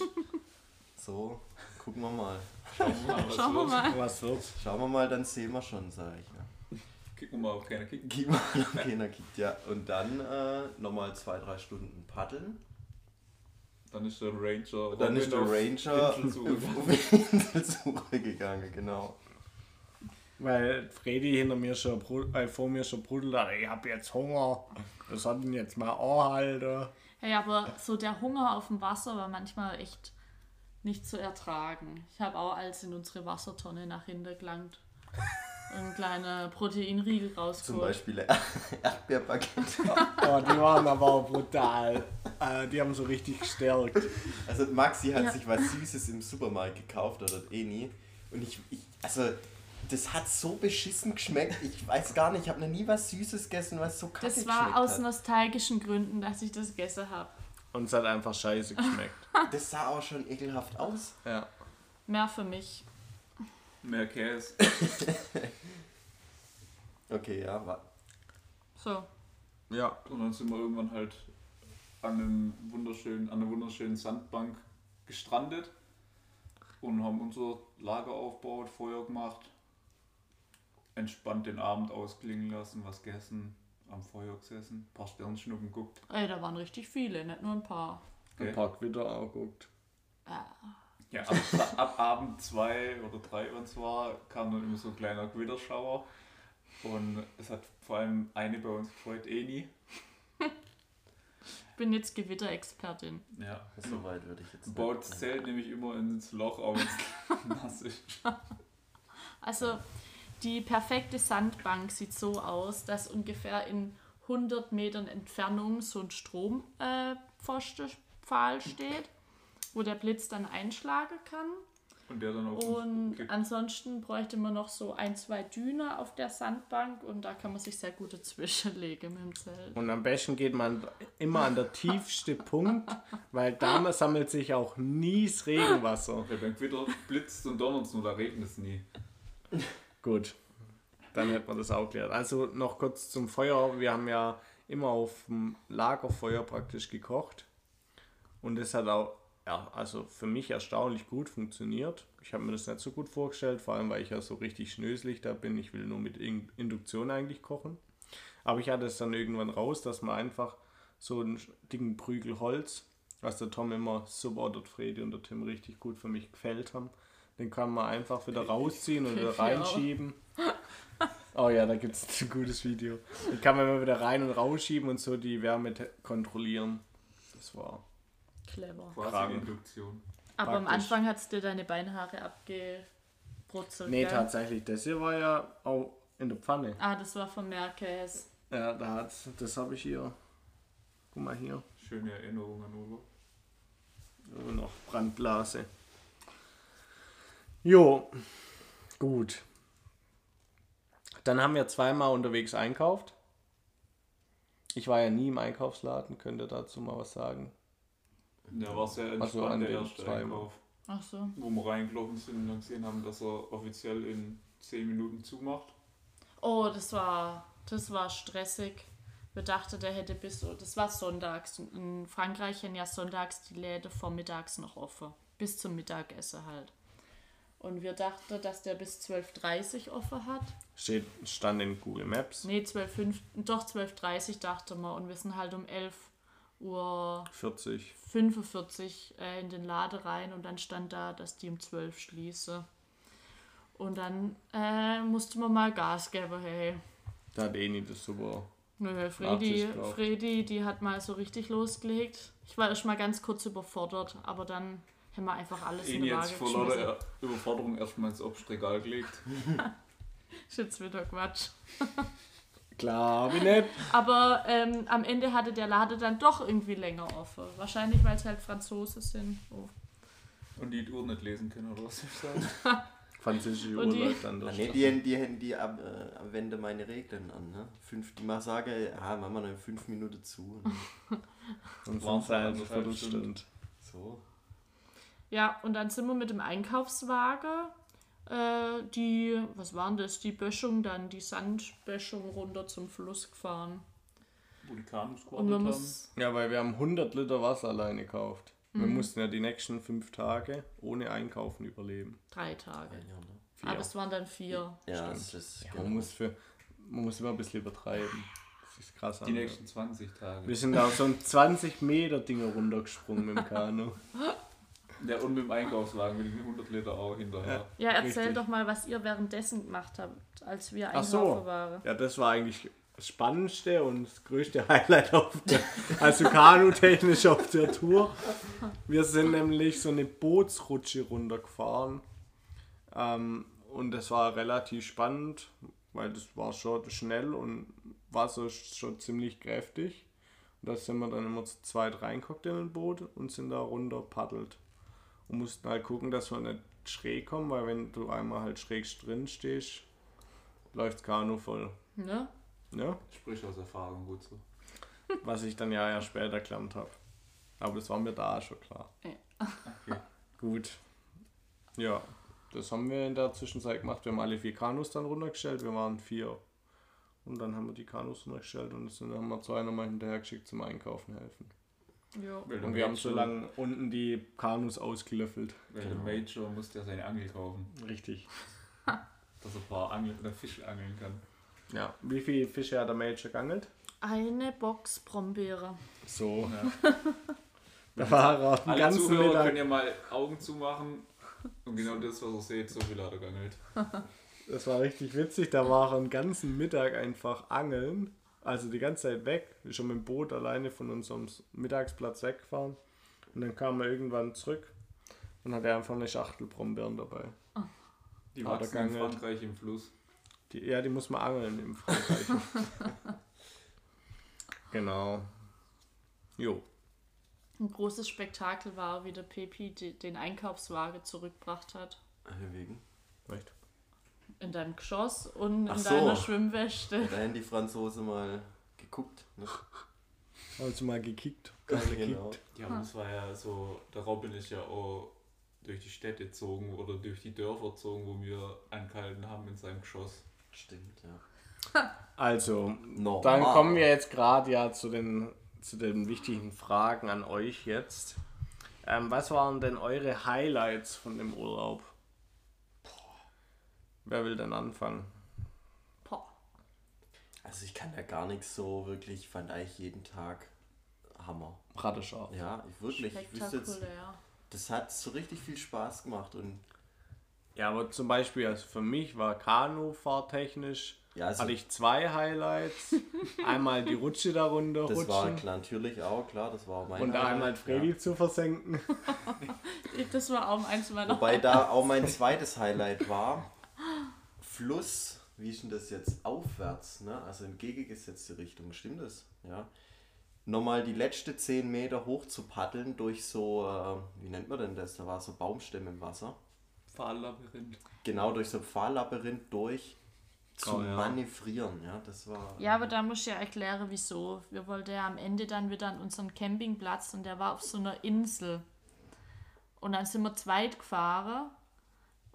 so, gucken wir mal.
schauen wir mal, was
Schauen wir
los.
mal.
Was wird's?
Schauen wir mal, dann sehen wir schon, sag ich. Ja.
Kicken wir mal auf keiner Kick.
Gib mal auf keiner kickt, ja. Und dann äh, nochmal zwei, drei Stunden paddeln.
Dann ist der Ranger.
Dann ist der
Robin auf
Ranger
Inselsuche.
auf Inselsuche gegangen, genau.
Weil Freddy hinter mir schon, brud- äh, vor mir schon brudelt, hat, ich hab jetzt Hunger. Wir sollten jetzt mal anhalten.
Hey, aber so der Hunger auf dem Wasser war manchmal echt nicht zu ertragen. Ich habe auch als in unsere Wassertonne nach hinten gelangt. Ein kleiner Proteinriegel
Zum
rausgeholt.
Beispiel Er- Erdbeerbaguette.
Oh, die waren aber auch brutal. Äh, die haben so richtig gestärkt.
Also Maxi hat
Ja.
sich was Süßes im Supermarkt gekauft oder eh nie. Und ich, ich also das hat so beschissen geschmeckt. Ich weiß gar nicht, ich habe noch nie was Süßes gegessen, was so kacke
Das war
geschmeckt
aus
hat.
nostalgischen Gründen, dass ich das gegessen habe.
Und es hat einfach scheiße geschmeckt.
Das sah auch schon ekelhaft aus.
Ja.
Mehr für mich.
Mehr Käse.
Okay, ja, war.
So.
Ja.
Und dann sind wir irgendwann halt an, einem wunderschönen, an einer wunderschönen Sandbank gestrandet und haben unser Lager aufgebaut, Feuer gemacht, entspannt den Abend ausklingen lassen, was gegessen, am Feuer gesessen, ein paar Sternschnuppen geguckt.
Ey, da waren richtig viele, nicht nur ein paar. Äh,
Okay.
Ein paar Gewitter auch guckt.
Ja, ab, ab Abend zwei oder drei und zwar kam dann immer so ein kleiner Gewitterschauer und es hat vor allem eine bei uns gefreut, eh nie.
Ich bin jetzt Gewitterexpertin.
Ja,
So weit würde ich jetzt nicht.
Baut das Zelt nämlich immer ins Loch auf, nass ist.
Also, die perfekte Sandbank sieht so aus, dass ungefähr in 100 Metern Entfernung so ein Strompfostenpfahl äh, Pfostenpfahl steht, wo der Blitz dann einschlagen kann.
Und der dann auf
Und
uns gekickt.
ansonsten bräuchte man noch so ein, zwei Düne auf der Sandbank und da kann man sich sehr gut dazwischen legen mit dem Zelt.
Und am besten geht man immer an der tiefste Punkt, weil da sammelt sich auch nie das Regenwasser.
Ja, beim Gewitter blitzt und donnert nur, da regnet es nie.
Gut, dann hätten wir das auch geklärt. Also noch kurz zum Feuer. Wir haben ja immer auf dem Lagerfeuer praktisch gekocht. Und das hat auch, ja, also für mich erstaunlich gut funktioniert. Ich habe mir das nicht so gut vorgestellt, vor allem weil ich ja so richtig schnöselig da bin. Ich will nur mit In- Induktion eigentlich kochen. Aber ich hatte es dann irgendwann raus, dass man einfach so einen dicken Prügel Holz, was der Tom immer super oder der Fredi und der Tim richtig gut für mich gefällt haben, den kann man einfach wieder rausziehen und wieder
Ich auch.
reinschieben. Oh ja, da gibt es ein gutes Video. Den kann man immer wieder rein und rausschieben und so die Wärme te- kontrollieren. Das war.
Clever.
Quasi
Fragen.
Induktion.
Aber am
Praktisch.
Anfang hat's dir deine Beinhaare abgebrutzelt.
Nee,
gell?
tatsächlich, das hier war ja auch in der Pfanne.
Ah, das war von Merkes.
Ja, da hat's, das habe ich hier. Guck mal hier.
Schöne Erinnerung an Urlaub.
Und noch Brandblase. Jo, gut. Dann haben wir zweimal unterwegs einkauft. Ich war ja nie im Einkaufsladen, könnt ihr dazu mal was sagen.
Ja, war sehr entspannt,
Also an
der
den
erste
zwei
Einkauf.
Ach so.
Wo wir reingelaufen sind und dann gesehen haben, dass er offiziell in 10 Minuten zumacht.
Oh, das war, das war stressig. Wir dachten, der hätte bis, das war sonntags. In Frankreich sind ja sonntags die Läden vormittags noch offen. Bis zum Mittagessen halt. Und wir dachten, dass der bis 12.30 Uhr offen hat.
Steht, stand in Google Maps.
Nee, 12.5, doch 12.30 Uhr dachte man. Und wir sind halt um 11 Uhr
40.
45 äh, in den Lade rein und dann stand da, dass die um 12 schließe. Und dann äh, musste man mal Gas geben, hey.
Da hat Eni das super.
Nö,
Nachtisch
Fredi,
drauf.
Fredi, die hat mal so richtig losgelegt. Ich war erst mal ganz kurz überfordert, aber dann haben wir einfach alles in
Ihn
die
Eh jetzt
Waage
vor
geschmissen.
lauter Überforderung erstmal ins Obstregal gelegt.
Ist jetzt wieder Quatsch.
Klar, hab ich nicht.
Aber ähm, am Ende hatte der Lade dann doch irgendwie länger offen. Wahrscheinlich, weil es halt Franzose sind. Oh.
Und die die Uhr nicht lesen können, oder was soll ich sagen?
Französische
Und
Uhr
die-
läuft dann
Ah,
durch.
nee, die, die, die, die ab, äh, am Wende meine Regeln an, ne? Fünf, die mal sage, ah, machen wir noch in fünf Minuten zu. Und
Und
Waren
sonst
es
halt eine
anderthalb
Viertelstunde.
so.
Ja, und dann sind wir mit dem Einkaufswagen äh, die, was waren das, die Böschung dann, die Sandböschung runter zum Fluss gefahren.
Wo die Kanus
Und man
gewartet haben.
muss,
Ja, weil wir haben 100 Liter Wasser alleine gekauft. Wir mussten ja die nächsten fünf Tage ohne Einkaufen überleben.
drei Tage.
Ja, ne?
Vier.
Aber es waren dann vier.
ja das ist genau.
Ja, man, muss für, man muss immer ein bisschen übertreiben. Das ist krass.
Die
Alter.
nächsten 20 Tage.
Wir sind da auf so ein 20 Meter Ding runtergesprungen mit dem Kanu.
Ja, und mit dem Einkaufswagen mit den 100 Liter auch hinterher.
Ja, erzähl
Richtig.
doch mal, was ihr währenddessen gemacht habt, als wir
Ach
einkaufen
so.
waren.
Ja, das war eigentlich das spannendste und das größte Highlight auf der, also kanutechnisch auf der Tour. Wir sind nämlich so eine Bootsrutsche runtergefahren. Ähm, und das war relativ spannend, weil das war schon schnell und Wasser ist schon ziemlich kräftig. Und da sind wir dann immer zu zweit reingeguckt in ein Boot und sind da runter paddelt. Und mussten halt gucken, dass wir nicht schräg kommen, weil wenn du einmal halt schräg drin stehst, läuft Kanu voll.
Ne?
Ja?
Sprich aus Erfahrung gut so.
Was ich dann ja, ja später gelernt habe. Aber das war mir da auch schon klar.
Okay.
Gut. Ja, das haben wir in der Zwischenzeit gemacht. Wir haben alle vier Kanus dann runtergestellt. Wir waren vier. Und dann haben wir die Kanus runtergestellt und dann haben wir zwei nochmal hinterhergeschickt zum Einkaufen helfen.
Jo.
Weil der
Und wir haben so
Major-
lange unten die Kanus ausgelöffelt.
Weil der Major muss ja seine Angel kaufen,
Richtig.
dass er ein paar Angel oder Fische angeln kann.
Ja. Wie viele Fische hat der Major geangelt?
Eine Box Brombeere.
So.
Ja.
Da war er den
Alle
ganzen
Zuhörer
Mittag.
können ja mal Augen zumachen und genau das, was ihr seht, so viel hat er geangelt.
Das war richtig witzig. Da war er den ganzen Mittag einfach angeln. Also die ganze Zeit weg. Ist Schon mit dem Boot alleine von unserem S- Mittagsplatz weggefahren. Und dann kam er irgendwann zurück und hatte einfach eine Schachtel Brombeeren dabei.
Die
Hat er
wachsen in
geangelt.
Frankreich im Fluss.
Die, ja, die muss man angeln im Frankreich. genau. Jo.
Ein großes Spektakel war, wie der Pepi de- den Einkaufswagen zurückgebracht hat.
Wegen.
Recht.
In deinem Geschoss und in
Ach so.
deiner Schwimmweste.
Da hätten die Franzosen mal geguckt. Ne?
Also mal gekickt.
Genau.
Ja, und es war ja so, der Robin ist ja auch durch die Städte gezogen oder durch die Dörfer gezogen, wo wir angehalten haben in seinem Geschoss.
Stimmt, ja.
Also,
Normal.
Dann kommen wir jetzt gerade ja zu den, zu den wichtigen Fragen an euch jetzt. Ähm, was waren denn eure Highlights von dem Urlaub? Wer will denn anfangen?
Boah.
Also ich kann da gar nichts so wirklich, ich fand eigentlich jeden Tag Hammer.
Radeschau.
Ja, ich wirklich, ich wüsste jetzt,
Spektakulär.
das hat so richtig viel Spaß gemacht und
Ja, aber zum Beispiel, also für mich war Kanufahrtechnisch,
Ja, also-
hatte ich zwei Highlights. einmal die Rutsche darunter
das war
rutschen
klar, natürlich auch, klar, das war auch mein
und
Highlight,
einmal Freddy zu versenken.
Das war auch eins
Ja.
meiner.
Wobei da auch mein zweites Highlight war, Fluss, wie ist denn das jetzt, aufwärts, ne? also entgegengesetzte Richtung, stimmt das? Ja. Nochmal die letzte 10 Meter hoch zu paddeln durch so, äh, wie nennt man denn das, da war so Baumstämme im Wasser.
Pfahllabyrinth.
Genau, durch so ein Pfahllabyrinth durch
Ah,
zu
Oh, ja.
manövrieren, ja, das war...
Ja, aber da muss ich ja erklären, wieso. Wir wollten ja am Ende dann wieder an unseren Campingplatz und der war auf so einer Insel. Und dann sind wir zweit gefahren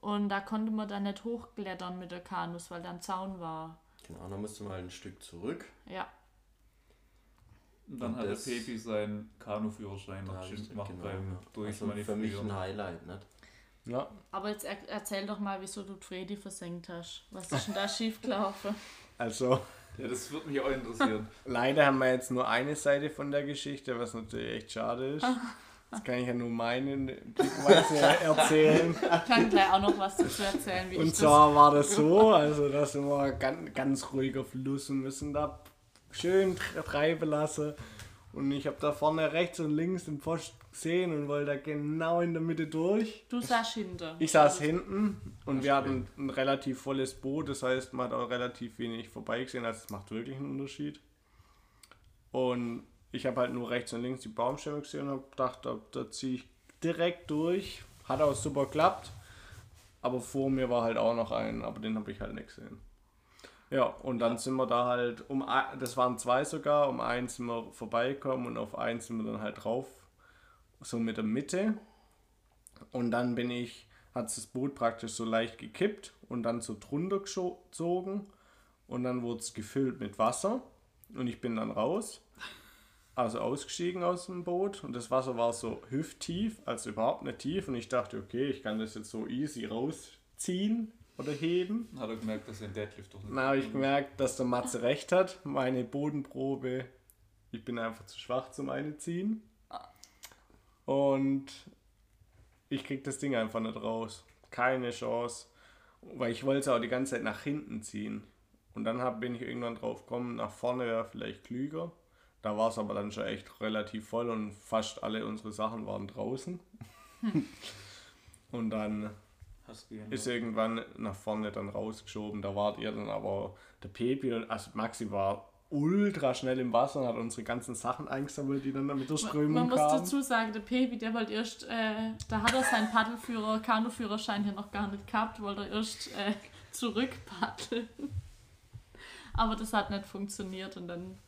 und da konnte man dann nicht hochklettern mit der Kanus, weil da ein Zaun war.
Genau, dann musste man halt ein Stück zurück.
Ja,
Und dann
Und
hat der
das-
Pepi seinen Kanuführerschein noch
ich-
geschenkt gemacht
genau,
beim
ja. also für mich
Durchmanövrieren.
ein Highlight, ne?
Ja,
aber jetzt er erzähl doch mal, wieso du Freddy versenkt hast. Was ist denn da schiefgelaufen?
also.
ja, das wird mich auch interessieren.
Leider haben wir jetzt nur eine Seite von der Geschichte, was natürlich echt schade ist. Jetzt kann ich ja nur meine Blickweise erzählen.
Ich kann gleich auch noch was dazu erzählen, wie
Und
ich das...
zwar war das so, also da sind wir ganz, ganz ruhig auf Fluss und müssen da schön tr- treiben lassen. Und ich habe da vorne rechts und links den Post gesehen und wollte da genau in der Mitte durch.
Du saß hinter.
Ich saß hinten und wir hatten ein relativ volles Boot, das heißt, man hat auch relativ wenig vorbeigesehen, also es macht wirklich einen Unterschied. Und ich habe halt nur rechts und links die Baumstämme gesehen und habe gedacht, da, da ziehe ich direkt durch. Hat auch super geklappt, aber vor mir war halt auch noch ein, aber den habe ich halt nicht gesehen. Ja, und dann sind wir da halt, um ein- das waren zwei sogar, um eins sind wir vorbeigekommen und auf eins sind wir dann halt drauf, so mit der Mitte. Und dann bin ich, hat das Boot praktisch so leicht gekippt und dann so drunter gescho- gezogen. Und dann wurde es gefüllt mit Wasser. Und ich bin dann raus, also ausgestiegen aus dem Boot. Und das Wasser war so hüfttief, also überhaupt nicht tief. Und ich dachte, okay, ich kann das jetzt so easy rausziehen oder heben.
Dann hat er gemerkt, dass sein Deadlift doch nicht
Dann habe ich gemerkt, dass der Matze recht hat. Meine Bodenprobe, ich bin einfach zu schwach zum Einziehen. Und ich krieg das Ding einfach nicht raus. Keine Chance. Weil ich wollte es auch die ganze Zeit nach hinten ziehen. Und dann hab, bin ich irgendwann drauf gekommen, nach vorne wäre vielleicht klüger. Da war es aber dann schon echt relativ voll und fast alle unsere Sachen waren draußen. und dann
Hast du
ist irgendwann nach vorne dann rausgeschoben. Da wart ihr dann aber der Pepi und also Maxi war ultra schnell im Wasser und hat unsere ganzen Sachen eingesammelt, die dann mit der
Man
Strömung
muss
kamen.
dazu sagen, der Baby, der wollte erst, äh, da hat er seinen Paddelführer, Kanuführerschein ja noch gar nicht gehabt, wollte er erst äh, zurückpaddeln. Aber das hat nicht funktioniert und dann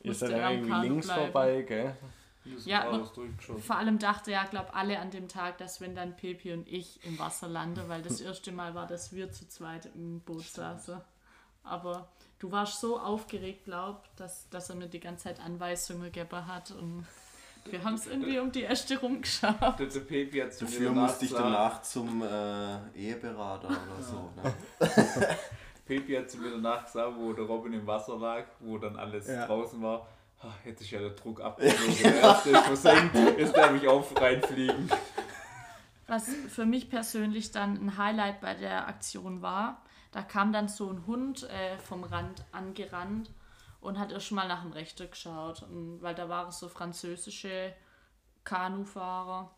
Ihr
musste
seid dann
am Kahn
irgendwie links
bleiben.
vorbei, gell?
Ja,
ja,
und-
durchgeschossen.
Vor allem dachte ja, glaube alle an dem Tag, dass wenn dann Pepi und ich im Wasser lande, weil das erste Mal war, dass wir zu zweit im Boot saßen. Aber du warst so aufgeregt, glaub, dass, dass er mir die ganze Zeit Anweisungen gegeben hat und wir haben es irgendwie um die Äste rumgeschafft.
Der Pepi hat zu mir
Dafür
danach
musste ich
gesagt-
danach zum äh, Eheberater oder so. Ne?
Pepi hat zu mir danach gesagt, wo der Robin im Wasser lag, wo dann alles
Ja.
draußen war. "Ah, Jetzt ist ja der Druck abgenommen. Der erste ist versenkt, jetzt darf ich auf reinfliegen.
Was für mich persönlich dann ein Highlight bei der Aktion war, da kam dann so ein Hund äh, vom Rand angerannt und hat erst mal nach dem Rechten geschaut, und, weil da waren so französische Kanufahrer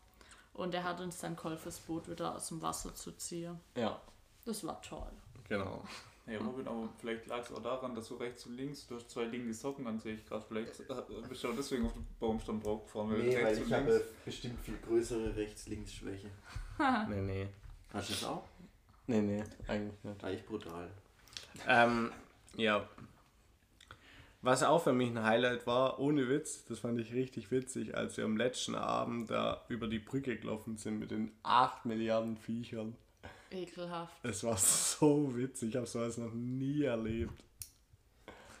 und er hat uns dann geholfen, das Boot wieder aus dem Wasser zu ziehen.
Ja,
Das war toll.
genau.
Hey Robin, aber vielleicht lag es auch daran, dass du rechts und links, du hast zwei linke Socken an, sehe ich gerade. Vielleicht äh, bist du auch deswegen auf den Baumstamm draufgefahren. du
Nee, weil
rechts
ich
und
habe bestimmt viel größere Rechts-Links-Schwäche.
Nee, nee.
Hast du das auch?
Nee, nee, eigentlich nicht.
Eigentlich brutal.
Ähm, ja. Was auch für mich ein Highlight war, ohne Witz, das fand ich richtig witzig, als wir am letzten Abend da über die Brücke gelaufen sind mit den 8 Milliarden Viechern.
Ekelhaft.
Es war so witzig, ich habe sowas noch nie erlebt.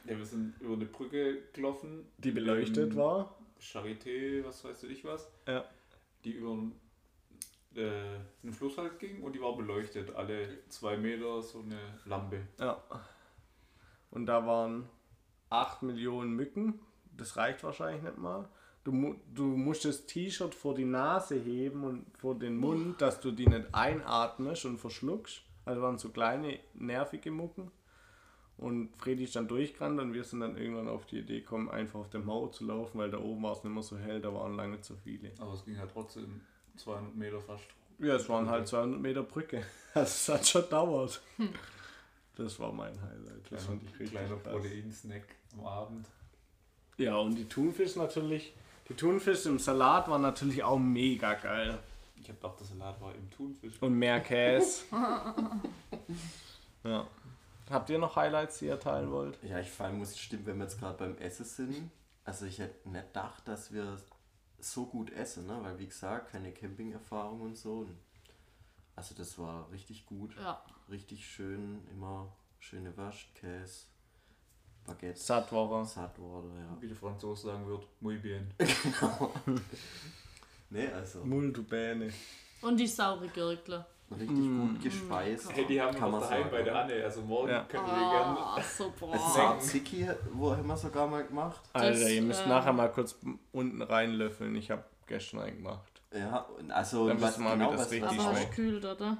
Ja, wir sind über eine Brücke gelaufen.
Die beleuchtet
Ähm,
war.
Charité, was weißt du nicht was?
Ja.
Die über einen, äh, einen Fluss halt ging und die war beleuchtet. Alle zwei Meter so eine Lampe.
Ja. Und da waren 8 Millionen Mücken. Das reicht wahrscheinlich nicht mal. Du, mu du musst das T-Shirt vor die Nase heben und vor den Mund, dass du die nicht einatmest und verschluckst. Also waren so kleine, nervige Mucken. Und Freddy ist dann durchgerannt und wir sind dann irgendwann auf die Idee gekommen, einfach auf der Mauer zu laufen, weil da oben war es nicht mehr so hell, da waren lange zu viele.
Aber es ging halt trotzdem 200 Meter fast.
Ja, es waren halt 200 Meter Brücke. Also es hat schon dauert. Das war mein Highlight. Das fand ich richtig
kleiner
krass.
Proteinsnack am Abend.
Ja, und die Thunfisch natürlich. Die Thunfisch im Salat war natürlich auch mega geil.
Ich habe gedacht, der Salat war im Thunfisch.
Und mehr Käse. ja. Habt ihr noch Highlights, die ihr teilen wollt?
Ja, ich vor allem muss stimmen, wenn wir jetzt gerade beim Essen sind. Also ich hätte nicht gedacht, dass wir so gut essen, ne? Weil wie gesagt, keine Camping-Erfahrung und so. Und Also das war richtig gut.
Ja.
Richtig schön, immer schöne Wurst, Käse, Baguette.
Sattwoche.
Satt wurde, ja.
Wie der Franzose sagen wird, muy bien.
Nee, also
Multubäne.
Und die saure Gürkle.
richtig gut gespeist.
Hey, die haben wir
Kann
noch
man
daheim
sagen,
bei der
oder?
Anne. Also morgen
Ja.
können wir gerne.
Oh, super.
Tzatziki, wo haben wir sogar mal gemacht?
Alter,
Das,
ihr müsst
ähm,
nachher mal kurz unten reinlöffeln. Ich habe gestern einen gemacht.
Ja, und also
Dann
was
wissen wir mal, wie
genau
das
was,
richtig
was,
Die
Aber
schmeckt.
es kühlt, oder?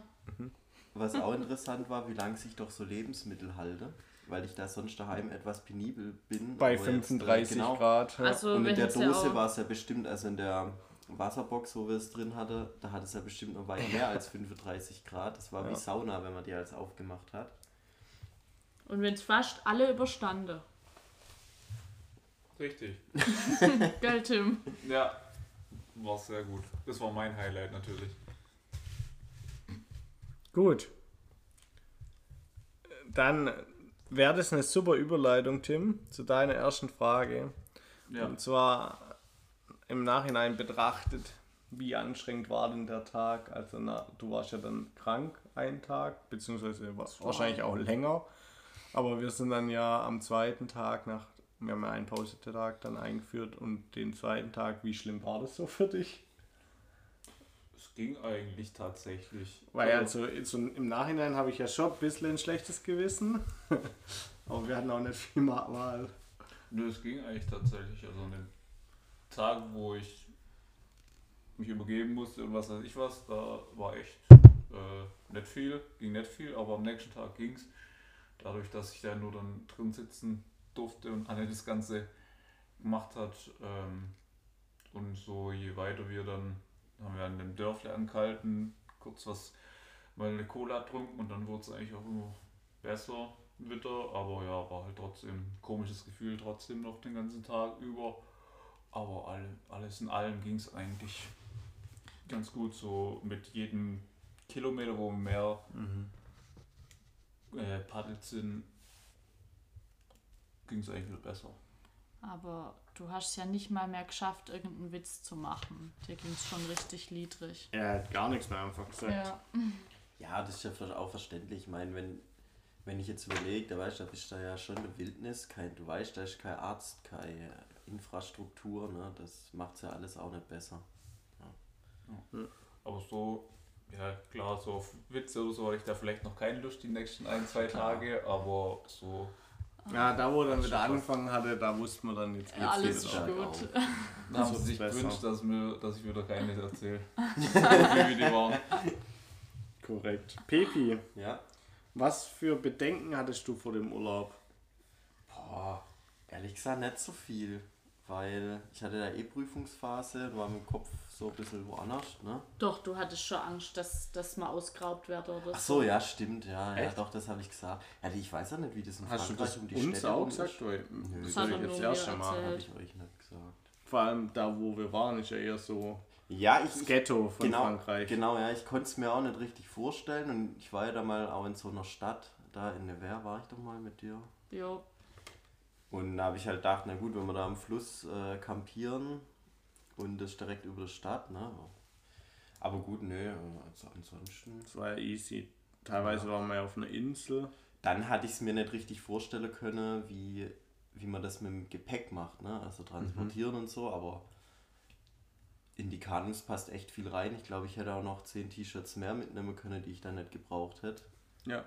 was auch interessant war, wie lange sich doch so Lebensmittel halte, weil ich da sonst daheim etwas penibel bin.
Bei
aber jetzt, äh,
35
genau.
Grad. ja.
Also
Und
wir
in der
hätten's ja
Dose
auch-
war es ja bestimmt, also in der Wasserbox, wo wir es drin hatte, da hat es ja bestimmt noch weit mehr als 35 Grad. Das war
Ja.
wie Sauna, wenn man die als aufgemacht hat.
Und wenn es fast alle überstande.
Richtig.
Gell, Tim?
Ja, war sehr gut. Das war mein Highlight natürlich.
Gut. Dann wäre das eine super Überleitung, Tim, zu deiner ersten Frage.
Ja.
Und zwar im Nachhinein betrachtet, wie anstrengend war denn der Tag? Also na, du warst ja dann krank einen Tag, beziehungsweise war wahrscheinlich auch länger. Aber wir sind dann ja am zweiten Tag nach, wir haben ja einen Pausetag dann eingeführt und den zweiten Tag, wie schlimm war das so für dich?
Es ging eigentlich tatsächlich.
Weil also so im Nachhinein habe ich ja schon ein bisschen ein schlechtes Gewissen. Aber wir hatten auch nicht viel Wahl.
Nö, es ging eigentlich tatsächlich. Also an dem Tag, wo ich mich übergeben musste und was weiß ich was, da war echt äh, nicht viel, ging nicht viel, aber am nächsten Tag ging's. dadurch, dass ich da nur dann drin sitzen durfte und Anne das Ganze gemacht hat. Ähm, und so je weiter wir dann, haben wir an dem Dörfle angehalten, kurz was, mal eine Cola getrunken und dann wurde es eigentlich auch immer besser im Winter. Aber ja, war halt trotzdem ein komisches Gefühl, trotzdem noch den ganzen Tag über. Aber alle, alles in allem ging es eigentlich ganz gut, so mit jedem Kilometer, wo wir mehr
Mhm.
äh, paddelt sind, ging es eigentlich wieder besser.
Aber du hast ja nicht mal mehr geschafft, irgendeinen Witz zu machen. Dir ging es schon richtig niedrig.
Er hat gar nichts mehr einfach gesagt.
Ja.
Ja, das ist ja ver- auch verständlich. Ich meine, wenn, wenn ich jetzt überlege, da weißt du, da bist du ja schon in der Wildnis, kein, du weißt, da ist kein Arzt, keine Infrastruktur, ne? Das macht es ja alles auch nicht besser.
Aber so, ja klar, so auf Witze oder so hatte ich da vielleicht noch keine Lust die nächsten ein, zwei Tage, aber so,
Ja, da wo er dann wieder angefangen hatte, da wusste man dann jetzt.
Ja,
geht's
alles
wieder.
ist
stark
gut.
da haben
ist
sie sich
besser.
gewünscht, dass, mir, dass ich wieder keine erzähle. wie die waren.
Korrekt. Pepi,
Ja.
was für Bedenken hattest du vor dem Urlaub?
Boah, ehrlich gesagt nicht so viel, weil ich hatte da eh Prüfungsphase, war mit dem Kopf so ein bisschen woanders, ne?
Doch, du hattest schon Angst, dass das mal ausgeraubt werde oder
Ach
so.
so, ja, stimmt, ja, ja,
Echt?
doch, das habe ich gesagt. Ja, ich weiß ja nicht, wie das in
Hast du
Frankreich
das
um die
uns
Städte
auch
rum
gesagt?
ist.
Weil,
Nö,
das
das
soll ich
hat
jetzt
nur
erst
mir
einmal.
erzählt.
Habe ich euch nicht gesagt.
Vor allem da, wo wir waren, ist ja eher so
Ja, ich,
das
ich
Ghetto von
genau,
Frankreich.
Genau, ja, ich konnte es mir auch nicht richtig vorstellen und ich war ja da mal auch in so einer Stadt, da in Nevers war ich doch mal mit dir.
Jo.
Und da habe ich halt gedacht, na gut, wenn wir da am Fluss äh, campieren und das direkt über der Stadt, ne? Aber gut, nö, also ansonsten.
Das war ja easy. Teilweise waren wir ja auf einer Insel.
Dann hatte ich es mir nicht richtig vorstellen können, wie, wie man das mit dem Gepäck macht, ne? Also transportieren
Mhm.
und so, aber in die Kanus passt echt viel rein. Ich glaube, ich hätte auch noch zehn T-Shirts mehr mitnehmen können, die ich dann nicht gebraucht hätte.
Ja,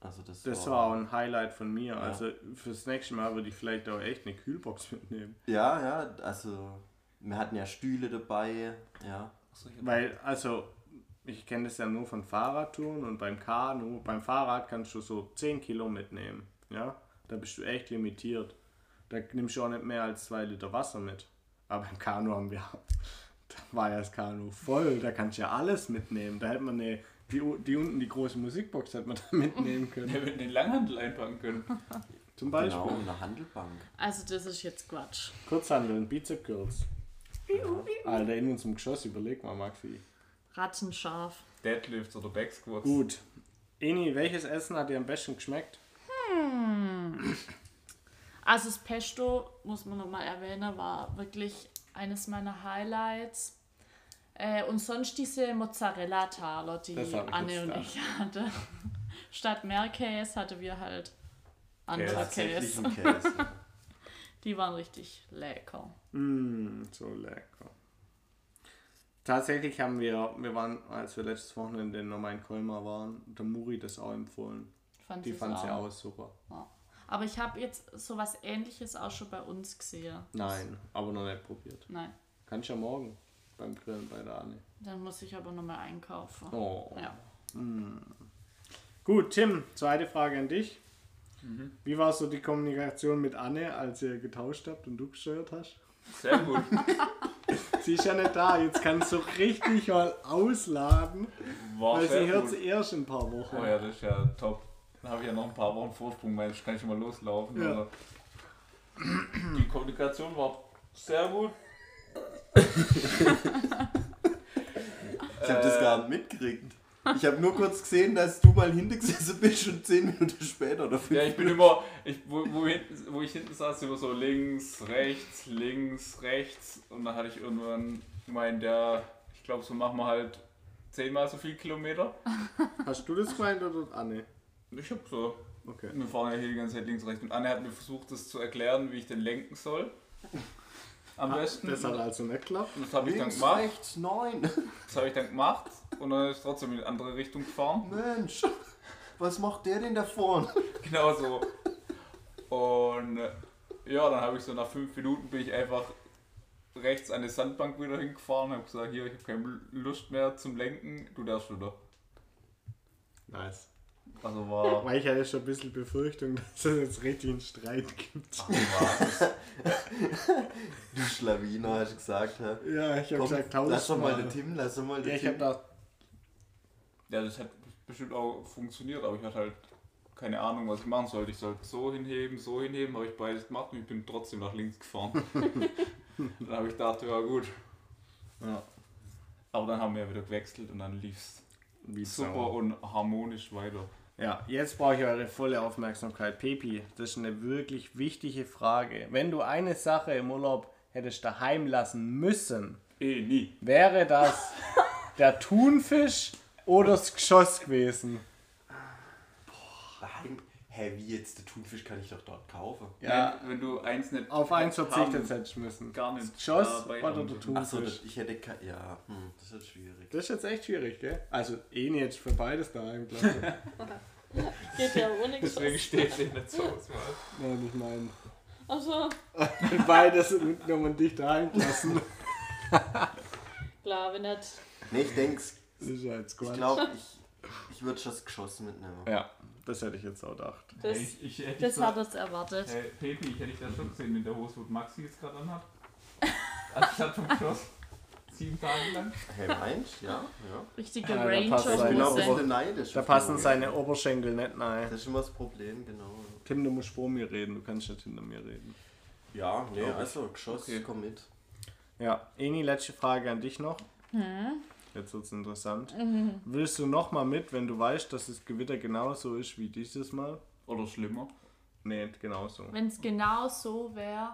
Also das,
das war auch ein Highlight von mir. Also fürs nächste Mal würde ich vielleicht auch echt eine Kühlbox mitnehmen.
Ja, ja, also wir hatten ja Stühle dabei, ja.
Achso, ich hab-
Weil, also, ich kenne das ja nur von Fahrradtouren und beim Kanu. Beim Fahrrad kannst du so 10 Kilo mitnehmen. Ja, da bist du echt limitiert. Da nimmst du auch nicht mehr als 2 Liter Wasser mit. Aber im Kanu haben wir, da war ja das Kanu voll. Da kannst du ja alles mitnehmen. Da hätte man eine, die, die unten die große Musikbox hätte man da mitnehmen können.
Wir hätten den Langhandel einpacken können.
Zum Beispiel.
Genau, eine Handelbank.
Also das ist jetzt Quatsch.
Kurzhandeln, Bizep Girls. Alter, in unserem Geschoss, überleg mal, Maxi.
Rattenscharf.
Deadlifts oder Backsquats.
Gut. Eni, welches Essen hat dir am besten geschmeckt?
Also das Pesto, muss man nochmal erwähnen, war wirklich eines meiner Highlights. Äh, und sonst diese Mozzarella-Taler, die
Das hab ich
Anne
jetzt
und
gedacht.
ich hatte. Statt Meerkäse hatten wir halt
Ja,
andere
Tatsächlich
Käse.
ein Käse.
Die waren richtig lecker.
Mh, Hm, so lecker. Tatsächlich haben wir, wir waren, als wir letztes Wochenende nochmal in Colmar waren, der Muri das auch empfohlen.
Fand
Die
ich
fand sie
auch.
auch super.
Ja. Aber ich habe jetzt sowas ähnliches auch schon bei uns gesehen.
Nein, aber noch nicht probiert.
Nein,
Kann ich ja morgen beim Grillen bei der Anne.
dann muss ich aber nochmal einkaufen.
Oh.
Ja.
Gut, Tim, zweite Frage an dich. Wie war so die Kommunikation mit Anne, als ihr getauscht habt und du gesteuert hast?
Sehr gut.
Sie ist ja nicht da, jetzt kannst du richtig mal ausladen,
War
weil sie
Oh, sehr
hört
gut.
sie erst in ein paar Wochen.
Oh ja, das ist ja top. Dann habe ich ja noch ein paar Wochen Vorsprung, weil ich kann schon mal loslaufen.
Ja.
Also. Die Kommunikation war sehr gut.
Ich habe
Äh.
das gar nicht mitgekriegt. Ich habe nur kurz gesehen, dass du mal hinten gesessen bist und zehn Minuten später oder fünf
Ja, ich bin immer, ich, wo, wo, hinten, wo ich hinten saß, immer so links, rechts, links, rechts. Und dann hatte ich irgendwann gemeint, ja, ich glaube, so machen wir halt zehnmal so viel Kilometer.
Hast du das gemeint oder Anne?
Ich hab so.
Okay.
Wir fahren ja hier die ganze Zeit links, rechts. Und Anne hat mir versucht, das zu erklären, wie ich denn lenken soll. Am besten.
Das hat also nicht geklappt.
Und das habe ich dann
Links,
gemacht.
rechts, neun.
Das habe ich dann gemacht. Und dann ist es trotzdem in die andere Richtung gefahren.
Mensch, was macht der denn da vorne?
Genau so. Und äh, ja, dann habe ich so nach fünf Minuten bin ich einfach rechts an die Sandbank wieder hingefahren und habe gesagt, hier, ich habe keine Lust mehr zum Lenken, du darfst wieder.
Nice.
Also war,
Weil ich hatte schon ein bisschen Befürchtung, dass es jetzt richtig einen Streit gibt.
war
Du Schlawiner, hast du gesagt. hä?
Ja, ich habe
Komm,
gesagt,
lass doch mal
tausendmal.
den Tim, lass doch mal den
Ja, ich
Tim.
habe da.
ja, das hat bestimmt auch funktioniert, aber ich hatte halt keine Ahnung, was ich machen sollte. Ich sollte so hinheben, so hinheben, habe ich beides gemacht und ich bin trotzdem nach links gefahren. dann habe ich gedacht, ja gut.
Ja.
Aber dann haben wir ja wieder gewechselt und dann lief
Wie
es super
sauer.
und harmonisch weiter.
Ja, jetzt brauche ich eure volle Aufmerksamkeit. Pepi, das ist eine wirklich wichtige Frage. Wenn du eine Sache im Urlaub hättest daheim lassen müssen,
Eh, nie.
wäre das der Thunfisch oder das Geschoss gewesen?
Nein, hä, wie jetzt? Der Thunfisch kann ich doch dort kaufen.
Ja.
Wenn, wenn du eins nicht.
Auf eins verzichtet
haben-
hättest du müssen.
gar äh, nicht
Das Geschoss
dabei
oder
haben
der
dürfen.
Thunfisch?
Achso, ich hätte kein. Ja, hm, das ist schwierig.
das ist jetzt echt schwierig, gell? Also, eh nicht jetzt für beides daheim, glaube ich.
Geht ja ohne
Deswegen
Geschoss.
steht sie nicht zur Auswahl.
Nein, ich meine.
Also,
Beides mitgenommen und dich daheim gelassen.
klar, wenn nicht.
Nee, ich denk's.
Das ist ja jetzt
Ich
Quatsch.
glaube, ich, ich würde schon das Geschoss mitnehmen.
Ja, das hätte ich jetzt auch gedacht.
Das,
ich, ich hätte
Das
so-
hat es erwartet.
Hey, Pepi, ich hätte dich da schon gesehen in der Hose, wo Maxi jetzt gerade anhat. Also Anstatt vom Schloss. Sieben Tage lang.
Hey, meinst du? Ja, ja.
Richtige
Ah, da passt
Ich bin
Genau,
auch ein
Ranger-Hose.
bisschen neidisch.
Da
auf
passen
Florian.
seine Oberschenkel nicht nein.
Das ist immer das Problem, genau.
Tim, du musst vor mir reden, du kannst nicht hinter mir reden.
Ja, nee, also Geschoss,
Okay.
komm mit.
Ja, Eni, letzte Frage an dich noch.
Hm.
Jetzt wird's interessant. Willst du nochmal mit, wenn du weißt, dass das Gewitter genauso ist wie dieses Mal?
Oder schlimmer.
Nee, nicht genauso.
Wenn es genau so wäre.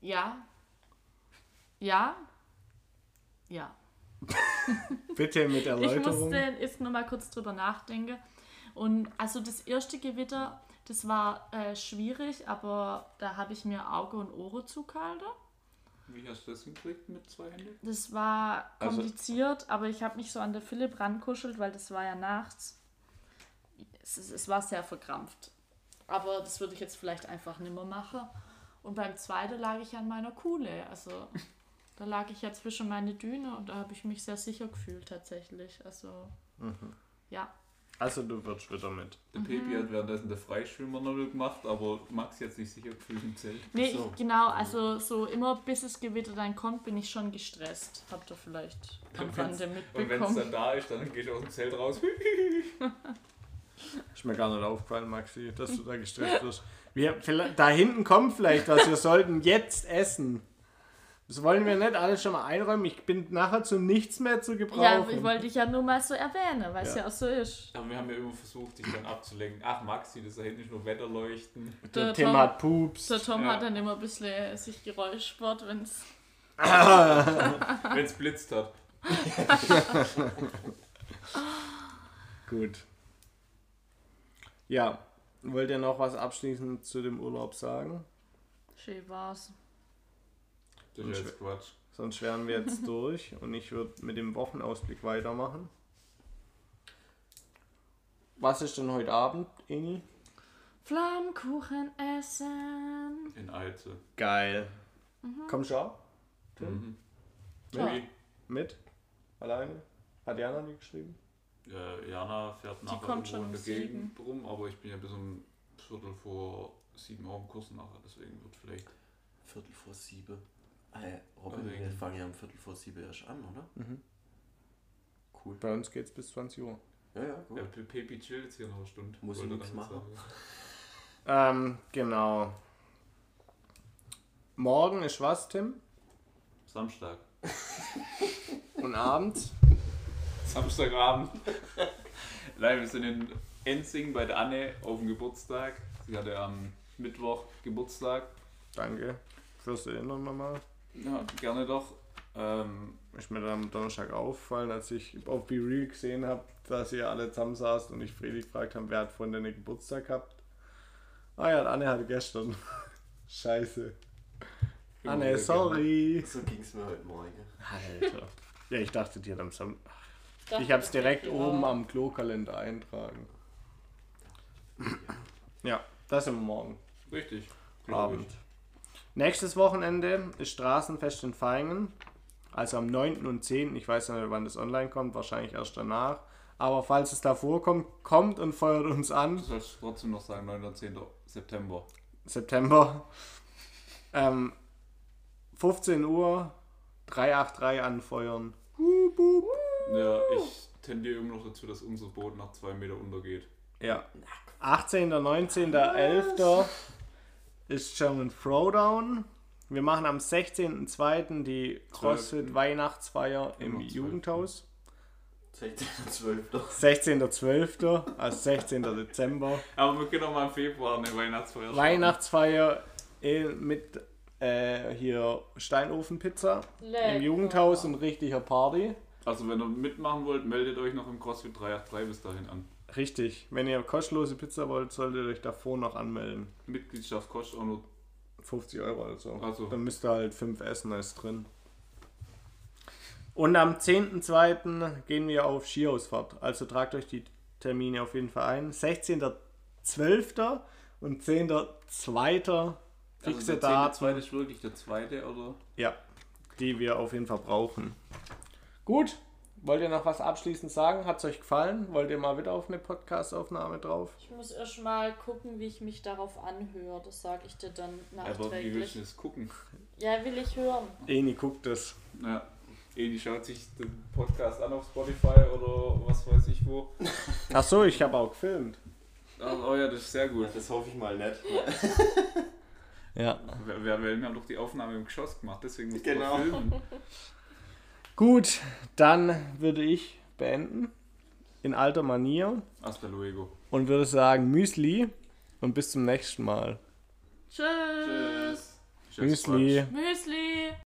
Ja. Ja. Ja.
Bitte mit
Ich
Erläuterung.
musste jetzt noch mal kurz drüber nachdenken. Und also das erste Gewitter, das war äh, schwierig, aber da habe ich mir Auge und Ohren zugehalten.
Wie hast du das hingekriegt mit zwei Händen?
Das war
Also-
kompliziert, aber ich habe mich so an der Philipp rankuschelt, weil das war ja nachts. Es, es, es war sehr verkrampft. Aber das würde ich jetzt vielleicht einfach nimmer machen. Und beim zweiten lag ich an meiner Kuhle. Also da lag ich ja zwischen meine Düne und da habe ich mich sehr sicher gefühlt tatsächlich. Also
Mhm.
ja.
Also du wirst wieder mit.
Mhm.
Der Pepi hat währenddessen der Freischwimmer noch nicht gemacht, aber Maxi hat sich sicher gefühlt im Zelt.
Nee,
Ach so.
ich, genau, also so immer bis das Gewitter dann kommt, bin ich schon gestresst. Habt ihr vielleicht am
Und wenn's-
Rande
Und wenn es
mitbekommen.
dann da ist, dann gehst du aus dem Zelt raus.
Ist mir gar nicht aufgefallen, Maxi, dass du da gestresst wirst. Wir, vielleicht- da hinten kommt vielleicht was. Wir sollten jetzt essen. Das wollen wir nicht alles schon mal einräumen. Ich bin nachher zu nichts mehr zu gebrauchen.
Ja, ich wollte dich ja nur mal so erwähnen, weil es
Ja.
ja auch so ist.
Aber wir haben ja immer versucht, dich dann abzulenken. Ach Maxi, das da hinten ist nur Wetterleuchten.
Der
Der
Tim
Tom-
hat Pups.
Der Tom
Ja.
hat dann immer ein bisschen äh, sich geräuschbart, wenn es.
Wenn es blitzt hat.
Gut. Ja, wollt ihr noch was abschließend zu dem Urlaub sagen?
Schön war's.
Das ist jetzt Quatsch.
Sonst wären wir jetzt durch und ich würde mit dem Wochenausblick weitermachen. Was ist denn heute Abend, Ingi?
Flammkuchen essen.
In Alte.
Geil. Kommst du auch
Mhm.
Ja.
Ui.
mit? Alleine? Hat Jana die geschrieben?
Äh, Jana fährt nachher irgendwo
kommt schon
in der
um sieben.
Gegend rum, aber ich bin ja bis um Viertel vor sieben Uhr im Kurs nachher, deswegen wird vielleicht.
Viertel vor sieben. Hey, Robin,
Okay.
wir fangen ja um Viertel vor sieben erst an, oder? Cool.
Bei uns geht's bis 20 Uhr.
Ja, ja, gut.
Ja, Pe- Pepi chillt jetzt hier noch eine Stunde.
Muss ich
wollte
nix
damit
machen.
sagen.
Ähm, genau. Morgen ist was, Tim?
Samstag.
Und abends?
Samstagabend. Nein, wir sind in Enzing bei der Anne auf dem Geburtstag. Sie hatte am Mittwoch Geburtstag.
Danke fürs Erinnern nochmal.
Ja, gerne doch. Ähm,
ist mir dann am Donnerstag aufgefallen, als ich auf Be Real gesehen habe, dass ihr alle zusammensaßt und ich Fredi gefragt habe, wer hat von deine Geburtstag gehabt? Ah ja, Anne hatte gestern. Scheiße.
immer
Anne,
wieder
sorry.
So ging's mir heute Morgen.
Alter. Ja, ich dachte dir am Sam
Dachte
Ich hab's direkt
ja.
oben am Klokalender eintragen. Ja, das sind wir morgen.
gerne. Richtig. glaub ich.
Abend. Nächstes Wochenende ist Straßenfest in Feingen. Also am 9. und 10. Ich weiß noch nicht, wann das online kommt, wahrscheinlich erst danach. Aber falls es da vorkommt, kommt und feuert uns an.
Du sollst trotzdem noch sagen, 9. und 10. September.
September. Ähm, 15 Uhr 383 anfeuern. Hup, hup.
Ja, ich tendiere immer noch dazu, dass unser Boot nach zwei Meter untergeht.
Ja. 18., 19., 11. ist German Throwdown. Wir machen am 16.02. die CrossFit Weihnachtsfeier im
Immer 12..
Jugendhaus.
16.12.
16.12., also 16. Dezember.
Aber wir können auch mal im Februar eine Weihnachtsfeier starten.
Weihnachtsfeier in, mit äh, hier Steinofenpizza im Jugendhaus und richtiger Party.
Also wenn ihr mitmachen wollt, meldet euch noch im CrossFit 383 bis dahin an.
Richtig. Wenn ihr kostenlose Pizza wollt, solltet ihr euch davor noch anmelden.
Mitgliedschaft kostet auch nur
50 Euro oder so.
Ach so.
Dann müsst ihr halt fünf essen, da ist drin. Und am 10.2. gehen wir auf Skiausfahrt. Also tragt euch die Termine auf jeden Fall ein. 16.12. und 10.2.
also
Fixe
der
Daten.
zweite ist wirklich der zweite, oder?
Ja, die wir auf jeden Fall brauchen. Gut. Wollt ihr noch was abschließend sagen? Hat es euch gefallen? Wollt ihr mal wieder auf eine Podcast-Aufnahme drauf?
Ich muss erst mal gucken, wie ich mich darauf anhöre. Das sage ich dir dann
Aber wie willst du
nachträglich.
das gucken?
Ja, will ich hören.
Eni guckt es.
Ja. Edi schaut sich den Podcast an auf Spotify oder was weiß ich wo.
Ach so, ich habe auch gefilmt.
Ah, oh ja, das ist sehr gut.
Das hoffe ich mal nicht.
Ja.
Wir, wir, wir haben doch die Aufnahme im Geschoss gemacht, deswegen musst
Genau.
du auch filmen.
Gut, dann würde ich beenden in alter Manier
Hasta luego.
und würde sagen Müsli und bis zum nächsten Mal.
Tschüss.
Tschüss,
Müsli.
Quatsch.
Müsli.